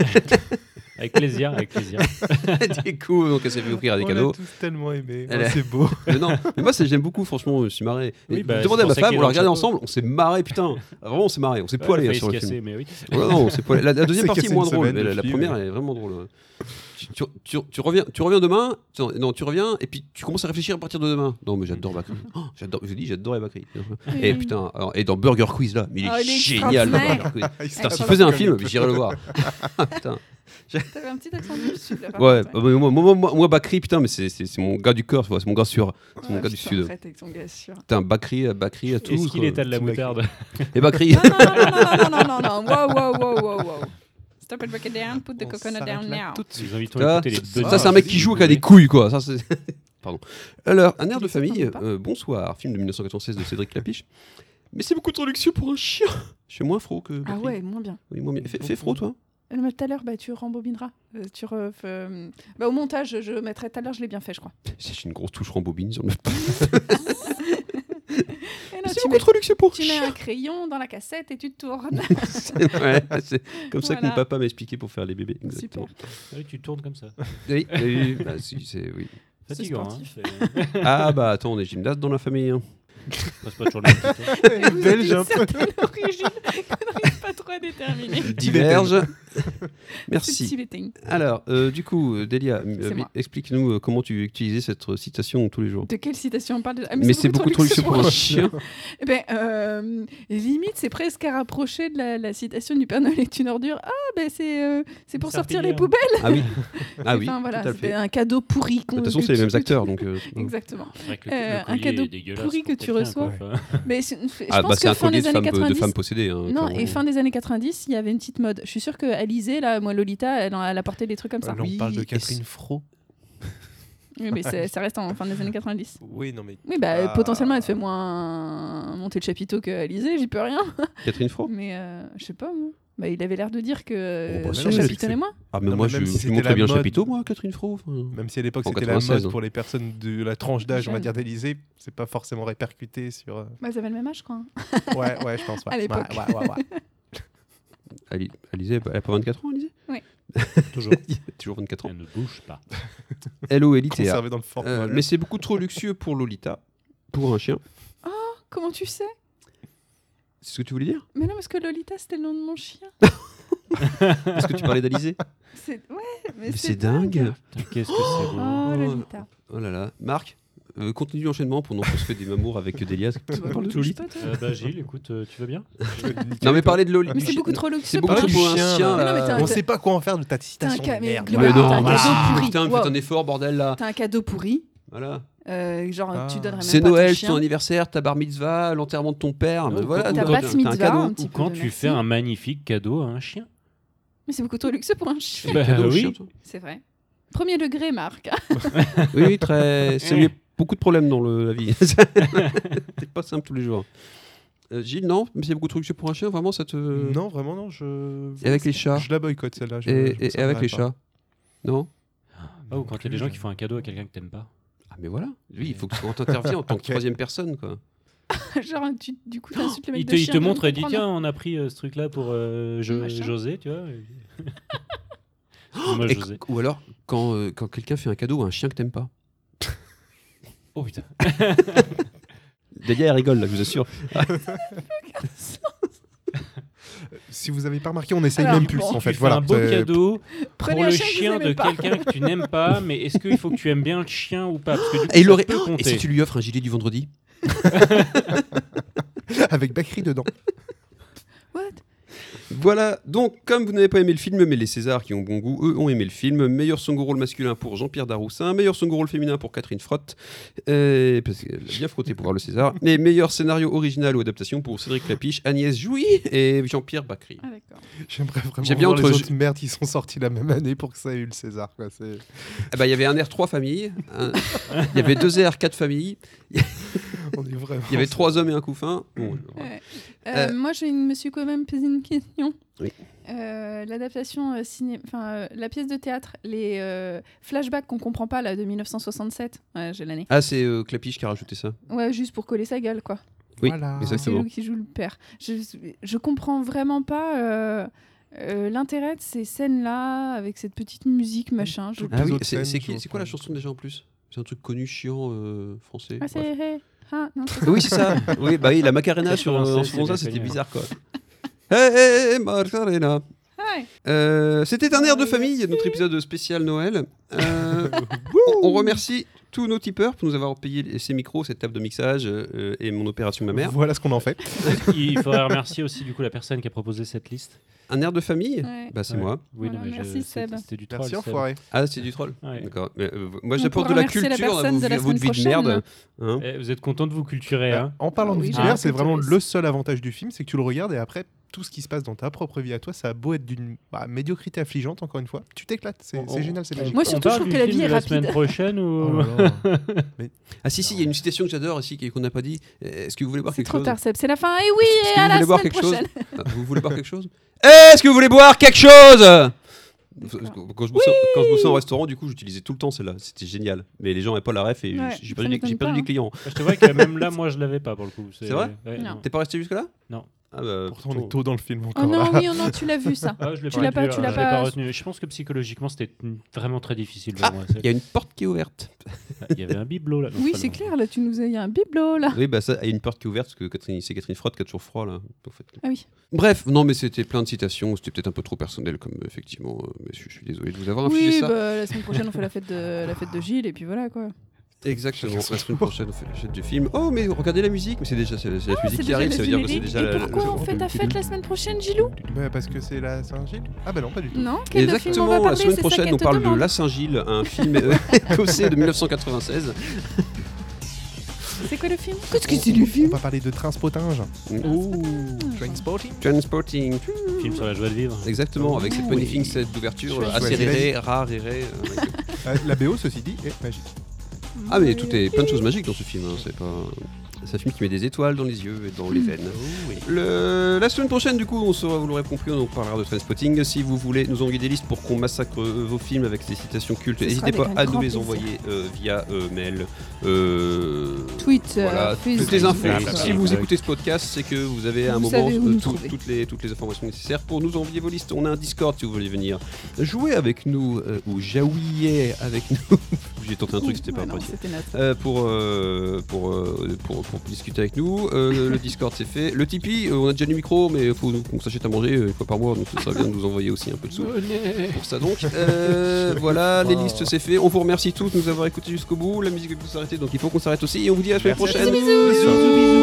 S6: Avec plaisir, avec plaisir.
S8: du coup, donc elle s'est fait offrir des
S10: On l'a
S8: cadeaux.
S10: tous tellement aimé.
S8: Elle
S10: Oh,
S8: a-
S10: c'est beau.
S8: Mais non, mais moi c'est- j'aime beaucoup, franchement, je me suis marré.
S6: Oui,
S8: Et
S6: bah,
S8: je
S6: c'est
S8: demandais à
S6: pour
S8: ma
S6: ça
S8: femme,
S6: qu'il
S8: on
S6: est
S8: l'a regardé
S6: dans le
S8: ensemble, on s'est marré, putain. Ah, Vraiment, on s'est marré, on s'est
S6: Ouais,
S8: poilé hein,
S6: il fallait
S8: sur
S6: se
S8: le
S6: casser,
S8: film.
S6: mais oui.
S8: Ouais, non, on s'est poilé. La, la deuxième
S6: C'est
S8: partie est
S6: cassé
S8: moins
S6: une
S8: drôle,
S6: semaine
S8: mais la,
S6: de
S8: la
S6: film,
S8: première
S6: ouais.
S8: elle est vraiment drôle. ouais. Tu, tu- tu- tu reviens, tu reviens demain, tu- non, tu reviens et puis tu commences à réfléchir à partir de demain. Non, mais j'adore Bakri. Oh, j'adore, je dis, j'adorais Bakri. Et
S9: Oui.
S8: Eh, putain, alors, et dans Burger Quiz là, mais il est
S9: Mm. Ah, il est
S8: génial le Burger
S9: extraordinaire.
S8: Quiz.
S9: Il
S8: Putain,
S9: se
S8: s'il
S9: transforme
S8: faisait un
S9: comme
S8: film,
S9: il peut.
S8: j'irais le voir. putain.
S9: T'avais un petit accent du sud là par
S8: Ouais,
S9: contre,
S8: bah, moi, moi, moi, moi, Bakri, putain, mais c'est, c'est, c'est mon gars du cœur, tu vois, c'est mon gars sûr, oh, c'est mon
S9: Ouais,
S8: gars du
S9: putain,
S8: sud.
S9: arrête avec ton gars sûr.
S8: Putain, Bakri, euh, Bakri à
S6: Est-ce
S8: Toulouse.
S6: qu'il
S8: quoi.
S6: étale la
S8: Petit Bakri.
S6: moutarde
S8: Et Bakri.
S9: Non, non, non, non, wow, wow, wow, wow, wow. Stop and break it down, put the coconut down now.
S6: Nous invitons
S8: Ça,
S6: à écouter les
S8: ça,
S9: Ah,
S6: deux.
S8: ça, c'est un mec qui joue avec des couilles, quoi. Ça, c'est- Pardon. Alors, un air de famille, euh, bonsoir, film de 1996 de Cédric Clapiche. Mais c'est beaucoup trop luxueux pour un chien. Je suis moins fro que.
S9: Ah
S8: Bakri.
S9: ouais, moins bien.
S8: Oui, moins bien. Fais, fais fro, toi.
S9: Euh, mais Tout à l'heure, bah, tu rembobineras. Euh, tu ref- euh, bah, au montage, je mettrai tout à l'heure, je l'ai bien fait, je crois.
S8: J'ai une grosse touche rembobine sur le.
S9: Et là,
S8: C'est
S9: tu
S8: beaucoup
S9: mets-
S8: trop luxueux pour
S9: Tu mets un crayon dans la cassette et tu te tournes.
S8: ouais, c'est comme ça que
S9: Voilà.
S8: mon papa m'a expliqué pour faire les bébés. Exactement.
S6: Ah oui, tu tournes comme ça.
S8: Oui, oui, oui, bah, si, c'est. Oui.
S6: C'est Fatigant, sportif.
S9: euh.
S6: hein,
S8: ah bah attends, on est gymnaste dans la famille. hein.
S6: Passe pas toujours le même tuto. Belge,
S9: Une
S6: un peu.
S9: certaine origine qu'on n'arrive pas trop à déterminer.
S8: Diverge.
S9: C'est
S8: Merci.
S9: tibétain.
S8: Alors, euh, du coup, euh, Delia, m-
S9: C'est
S8: euh,
S9: moi.
S8: explique-nous euh, comment tu utilisais cette euh, citation tous les jours.
S9: De quelle citation on parle de- Ah,
S8: Mais c'est beaucoup trop luxueux pour un chien.
S9: Eh ben, euh, limite, c'est presque à rapprocher de la, la citation du Père Noël est une ordure. Ah, ben c'est euh, c'est pour
S6: Une
S9: sortir les
S6: serpillière.
S9: poubelles.
S8: Ah oui. Ah oui,
S9: Enfin, voilà,
S8: tout à
S9: c'était
S8: fait.
S9: un cadeau pourri.
S8: De toute façon, c'est les mêmes acteurs, donc. euh, c'est pas-
S9: Exactement.
S6: Avec le- le
S9: Euh, un
S6: collier
S9: cadeau
S6: est dégueulasse
S9: pourri que
S6: pour
S9: tu
S6: quelqu'un,
S9: reçois.
S6: quoi. Ouais.
S9: Mais c'est- je
S8: Ah, bah,
S9: pense
S8: c'est
S9: que
S8: un
S9: fin
S8: collier
S9: des
S8: de
S9: années
S8: femmes po- de
S9: 90.
S8: femmes possédées, hein,
S9: non,
S8: clairement.
S9: et fin des années 90, il y avait une petite mode. Je suis sûre que Alizée, là, moi Lolita, elle, en- elle a porté des trucs comme ça.
S10: Là, on parle de Catherine Fro.
S9: Oui, mais c'est- ça reste en fin des années 90.
S10: Oui, non, mais-
S9: Oui, bah
S10: Ah.
S9: potentiellement, elle te fait moins monter le chapiteau que Alizée, j'y peux rien.
S8: Catherine Fro
S9: Mais euh, je sais pas, moi. Bah, il avait l'air de dire que
S8: Oh, bah,
S9: euh,
S8: ça,
S9: son
S8: c'est-
S9: chapiteau est moins.
S8: Ah, mais
S10: Non,
S8: moi,
S10: mais
S8: je,
S10: même si
S8: je
S10: c'était
S8: montrais
S10: la
S8: bien le
S10: mode-
S8: chapiteau, moi, Catherine Fro.
S10: Même si à l'époque
S8: En
S10: c'était la
S8: 96,
S10: mode pour les personnes de la tranche d'âge, on va
S9: Jeune.
S10: dire d'Elysée, c'est pas forcément répercuté sur. euh,
S9: Bah, ils avaient le même âge, je crois. hein.
S10: Ouais, ouais, je pense. Ouais.
S9: À l'époque.
S10: Ouais, ouais, ouais, ouais.
S8: Ali- Alizée, elle a pas 24 ans, Alizée
S9: Oui.
S8: Toujours. Toujours 24 ans.
S6: Elle ne bouge pas.
S8: Hello, Elite.
S10: Conservée dans le fort
S8: Euh,
S10: Molle.
S8: mais c'est beaucoup trop luxueux pour Lolita, pour un chien.
S9: Oh, comment tu sais
S8: C'est ce que tu voulais dire
S9: Mais non, parce que Lolita, c'était le nom de mon chien.
S8: Est-ce que tu parlais d'Alizée
S9: C'est- Ouais.
S8: Mais c'est dingue. Putain, Qu'est-ce que c'est bon.
S9: Oh, Lolita.
S8: Oh là là. Marc, euh, continue l'enchaînement pendant qu'on se fait des mamours avec Delia. Parce que
S6: Bah,
S8: on parle de
S6: écoute,
S8: Lolita.
S6: euh, bah, Gilles, écoute, euh, tu vas bien
S8: Non, Ah, mais parler de Lolita.
S9: Mais c'est beaucoup trop luxueux
S8: C'est
S9: pour
S8: beaucoup
S9: un
S8: trop un
S9: chien.
S8: chien.
S9: Mais non, mais
S8: là.
S9: t'as-
S10: On sait pas quoi en faire de ta
S9: T'as
S10: citation.
S9: un
S10: de
S9: ca- mais
S10: merde.
S9: globalement,
S8: Mais non,
S9: t'as un
S8: voilà.
S9: cadeau pourri.
S8: Putain,
S9: Wow.
S8: faites un effort, bordel là.
S9: T'as un cadeau pourri.
S8: Voilà.
S9: Euh, genre, tu donnerais même
S8: C'est
S9: pas à
S8: Noël,
S9: ton
S8: c'est
S9: chien. Ah,
S8: ton anniversaire, ta bar mitzvah, l'enterrement de ton père. Ah, mais
S6: Ou
S8: voilà,
S6: quand-
S9: Ta
S8: donc,
S9: bat
S8: t'as un
S9: mitzvah,
S8: cadeau.
S9: un petit
S6: Ou
S9: peu
S6: quand
S9: de
S6: tu
S9: merci.
S6: fais un magnifique cadeau à un chien.
S9: Mais c'est beaucoup trop luxueux pour un chien.
S6: Bah
S8: cadeau au chien,
S6: oui.
S8: toi.
S9: C'est vrai. Premier degré, Marc.
S8: Oui, oui, très. Ça lui est beaucoup de problèmes dans le- la vie. c'est pas simple tous les jours. Euh, Gilles, non, mais c'est beaucoup de trucs pour un chien, vraiment ça te.
S10: Euh, Non, vraiment, non. Je...
S8: Et avec les chats.
S10: Je la boycotte celle-là. je-
S8: Et,
S10: je me
S8: et- et avec
S10: servirai
S8: les
S10: pas.
S8: chats. Non
S6: Ah, ou quand il y a des gens qui font un cadeau à quelqu'un que t'aimes pas.
S8: Ah, mais voilà. Oui, il faut que quand t'interviens en tant que troisième personne, quoi.
S9: genre, tu- du coup, t'insultes le mec
S6: Il
S9: de
S6: te, il
S9: chien hein,
S6: te
S9: pour
S6: montre
S9: le
S6: et dit
S9: comprendre.
S6: tiens, on a pris euh, ce truc-là pour euh, Jo- José, tu vois. et- Excuse-moi,
S8: Et-
S6: José.
S8: ou alors, quand, euh, quand quelqu'un fait un cadeau à un chien que t'aimes pas.
S6: Oh putain.
S8: Delia, elle rigole, là, je vous assure.
S10: Si vous avez pas remarqué, on essaye
S6: Alors,
S10: même plus
S6: bon,
S10: en
S6: tu
S10: fait.
S6: fais
S10: Voilà.
S6: un beau
S10: Euh,
S6: cadeau
S9: Prenez
S6: pour
S9: un
S6: le
S9: chien que vous
S6: chien
S9: aimez
S6: de
S9: pas.
S6: quelqu'un que tu n'aimes pas, mais est-ce qu'il faut que tu aimes bien le chien ou pas Parce que du coup,
S8: Et, il
S6: ça
S8: aurait... Ah,
S6: peut
S8: et
S6: compter.
S8: si tu lui offres un gilet du vendredi
S10: Avec Bakri dedans.
S8: Voilà, donc comme vous n'avez pas aimé le film, mais les Césars qui ont bon goût, eux, ont aimé le film. Meilleur second rôle masculin pour Jean-Pierre Daroussin, meilleur second rôle féminin pour Catherine Frotte, euh, parce qu'elle a bien frotté pour voir le César, et meilleur scénario original ou adaptation pour Cédric Lapiche, Agnès Jouy et Jean-Pierre Bacri.
S9: Ah,
S10: J'aimerais vraiment
S8: J'ai bien
S10: voir les
S8: entre-
S10: autres merdes qui sont sortis la même année pour que ça ait eu le César. quoi, c'est-
S8: Ah bah, Il y avait un air trois familles, un- il y avait deux airs quatre familles, il
S10: On est vraiment-
S8: y avait trois hommes et un couffin. Bon, voilà.
S9: Ouais. Euh,
S8: Euh,
S9: moi, je me suis quand même posé une question.
S8: Oui.
S9: Euh, L'adaptation euh, ciné, enfin euh, la pièce de théâtre, les euh, flashbacks qu'on comprend pas là de 1967, ouais, j'ai l'année.
S8: Ah, c'est euh, Clapiche qui a rajouté ça.
S9: Ouais, juste pour coller sa gueule quoi.
S8: Oui,
S10: Voilà.
S9: C'est
S8: exactement.
S9: lui qui joue le père. Je, je comprends vraiment pas euh, euh, l'intérêt de ces scènes là avec cette petite musique machin. Je...
S8: Ah
S10: Les
S8: oui,
S10: autres
S8: c'est
S10: scènes,
S8: c'est qui-
S10: je
S8: c'est quoi la chanson déjà en plus C'est un truc connu, chiant, euh, français.
S9: Ah,
S8: bref.
S9: c'est hey, ah, non, c'est ça.
S8: Oui, c'est ça. Oui, bah oui, la Macarena sur euh,
S6: 96,
S8: en ce moment, ça,
S6: c'est
S8: c'était
S6: bien
S8: bizarre, quoi. Hey, hey, Macarena.
S9: Ouais.
S8: Euh, c'était un air de famille, notre épisode spécial Noël. Euh, on, on remercie tous nos tipeurs pour nous avoir payé ces micros, cette table de mixage euh, et mon opération ma mère.
S10: Voilà ce qu'on en fait.
S6: Il faudrait remercier aussi du coup la personne qui a proposé cette liste.
S8: Un air de famille
S9: Ouais.
S8: Bah c'est
S6: Ouais.
S8: moi.
S6: Oui,
S9: Voilà,
S6: non, mais je-
S9: merci,
S6: c'est-
S9: Seb.
S6: C'était du troll.
S10: Merci,
S6: Seb.
S10: enfoiré.
S8: Ah c'est du troll.
S6: Ouais.
S8: D'accord. Mais, euh, moi
S9: On
S8: j'apporte de
S9: pourra
S8: la
S9: remercier la
S8: culture à
S9: personne
S8: vos-
S9: de la
S8: à votre vie
S9: semaine
S8: de merde. Hein
S6: Eh, vous êtes content de vous culturer, hein
S10: Bah, En parlant de
S9: Oui,
S10: vie de
S9: j'ai
S10: merde,
S9: un
S10: c'est
S9: peu
S10: vraiment
S9: touriste.
S10: le seul avantage du film, c'est que tu le regardes et après, tout ce qui se passe dans ta propre vie à toi, ça a beau être d'une bah, médiocrité affligeante, encore une fois. Tu t'éclates, c'est
S6: On-
S10: c'est
S6: on-
S10: génial, c'est
S6: on-
S10: magique.
S9: Moi,
S6: on
S9: surtout,
S6: parle
S9: je trouve
S6: du
S9: que la
S6: film
S9: vie
S6: de
S9: est
S6: la
S9: rapide.
S6: semaine prochaine
S10: Oh
S6: ou.
S10: là là.
S8: Ah si si, il y a une citation que j'adore aussi qui- qu'on n'a pas dit. Euh, Est-ce que vous voulez boire
S9: C'est
S8: quelque
S9: trop
S8: chose
S9: tard, Seb. C'est la fin. Et oui,
S8: Est-ce
S9: et
S8: que
S9: à
S8: vous
S9: la
S8: voulez boire
S9: semaine
S8: quelque chose
S9: prochaine.
S8: Ah, Vous voulez boire quelque chose Est-ce que vous voulez boire quelque chose quand je, bossais, quand je bossais en restaurant, du coup, j'utilisais tout le temps celle-là. C'était génial. Mais les gens n'avaient pas la ref et
S9: Ouais,
S8: j'ai- j'ai
S9: ça
S8: perdu, des-
S9: m'étonne
S8: j'ai perdu
S9: pas,
S8: des
S9: hein.
S8: clients.
S6: Je te vois que même là, moi, je l'avais pas pour le coup.
S8: C'est vrai
S6: Ouais,
S9: Non.
S8: T'es pas resté jusque-là
S6: Non.
S8: Ah bah,
S10: Pourtant, on
S8: plutôt.
S10: est tôt dans le film
S9: Oh
S10: encore.
S9: non,
S10: là.
S9: oui, oh non, tu l'as vu ça.
S6: Ah, je l'ai
S9: Tu l'as pas,
S6: retenu,
S9: tu l'as
S6: je l'ai
S9: pas-
S6: retenu. Je pense que psychologiquement, c'était mm, vraiment très difficile pour
S8: Ah,
S6: moi.
S8: il y a une porte qui est ouverte.
S6: Il y avait un bibelot là. Non,
S9: Oui,
S6: pas
S9: c'est
S6: le-
S9: clair. Là, tu nous as il y a un bibelot là.
S8: Oui, bah ça, il y a une porte qui est ouverte parce que Catherine- c'est Catherine Frotte qui a toujours froid là. en fait.
S9: Ah oui.
S8: Bref, non, mais c'était plein de citations. C'était peut-être un peu trop personnel, comme euh, effectivement. euh, Mais je, je suis désolé de vous avoir infligé
S9: Oui,
S8: ça.
S9: bah, la semaine prochaine, on fait la fête de la fête de Gilles et puis voilà quoi.
S8: Exactement. La semaine prochaine, on fait la chaîne du film. Oh, mais regardez la musique. Mais c'est déjà c'est la, c'est la
S9: Ah,
S8: musique qui arrive. Ça veut dire que c'est déjà. la-
S9: Et
S8: la-
S9: pourquoi on fait ta fête la semaine prochaine, Gilou
S10: Bah, parce que c'est la Saint-Gilles Ah bah non, pas du tout.
S9: Non Quel de film on va
S8: Exactement, la
S9: parler
S8: semaine
S9: C'est ça
S8: prochaine,
S9: qu'elle
S8: on
S9: te
S8: parle de
S9: demande.
S8: La Saint-Gilles, un film euh, écossais de 1996.
S9: C'est quoi le film
S10: Qu'est-ce que c'est le film On va parler de Trinspotinge. Trainspotting
S8: Transporting.
S6: Film sur la joie de vivre.
S8: Exactement, avec cette
S10: Oui.
S8: magnifique scène d'ouverture
S10: Chouette.
S8: assez
S10: Chouette.
S8: rérée, rare et rée, euh, avec-
S10: Euh, La BO, ceci dit, est magique.
S8: Ah, mais tout est plein de choses magiques dans ce film. hein, C'est pas. C'est un film qui met des étoiles dans les yeux et dans les veines. Le- La semaine prochaine, du coup, on saura, vous l'aurez compris, on en parlera de Trainspotting. Si vous voulez nous envoyer des listes pour qu'on massacre euh, vos films avec ces citations cultes,
S9: Ce sera
S8: n'hésitez pas
S9: avec un
S8: à nous
S9: grand
S8: les
S9: plaisir.
S8: envoyer euh, via euh, mail. euh,
S9: Twitter,
S8: voilà,
S9: Facebook.
S8: toutes les infos.
S10: Ah, bah,
S9: Ah,
S6: Voilà.
S8: Si vous écoutez ce podcast, c'est que vous avez à un
S9: Vous
S8: moment euh,
S9: savez où nous
S8: tout-
S9: trouver.
S8: toutes, les, toutes les informations nécessaires pour nous envoyer vos listes. On a un Discord si vous voulez venir jouer avec nous euh, ou jaouiller avec nous. j'ai tenté un truc, c'était pas
S9: Ouais, non,
S8: apprécié.
S9: c'était neutre.
S8: Euh, pour, euh, pour, euh, pour, pour discuter avec nous. Euh, le Discord, c'est fait. Le Tipeee, euh, on a déjà du micro, mais il faut nous- qu'on s'achète à manger euh, une fois par mois, donc ça vient de nous envoyer aussi un peu de sous. Pour ça donc. Euh, voilà, les listes, c'est fait. On vous remercie tous de nous avoir écoutés jusqu'au bout. La musique peut s'arrêter, donc il faut qu'on s'arrête aussi. Et on vous dit à la semaine
S14: Merci.
S8: prochaine.
S14: Bisous, bisous.
S8: bisous.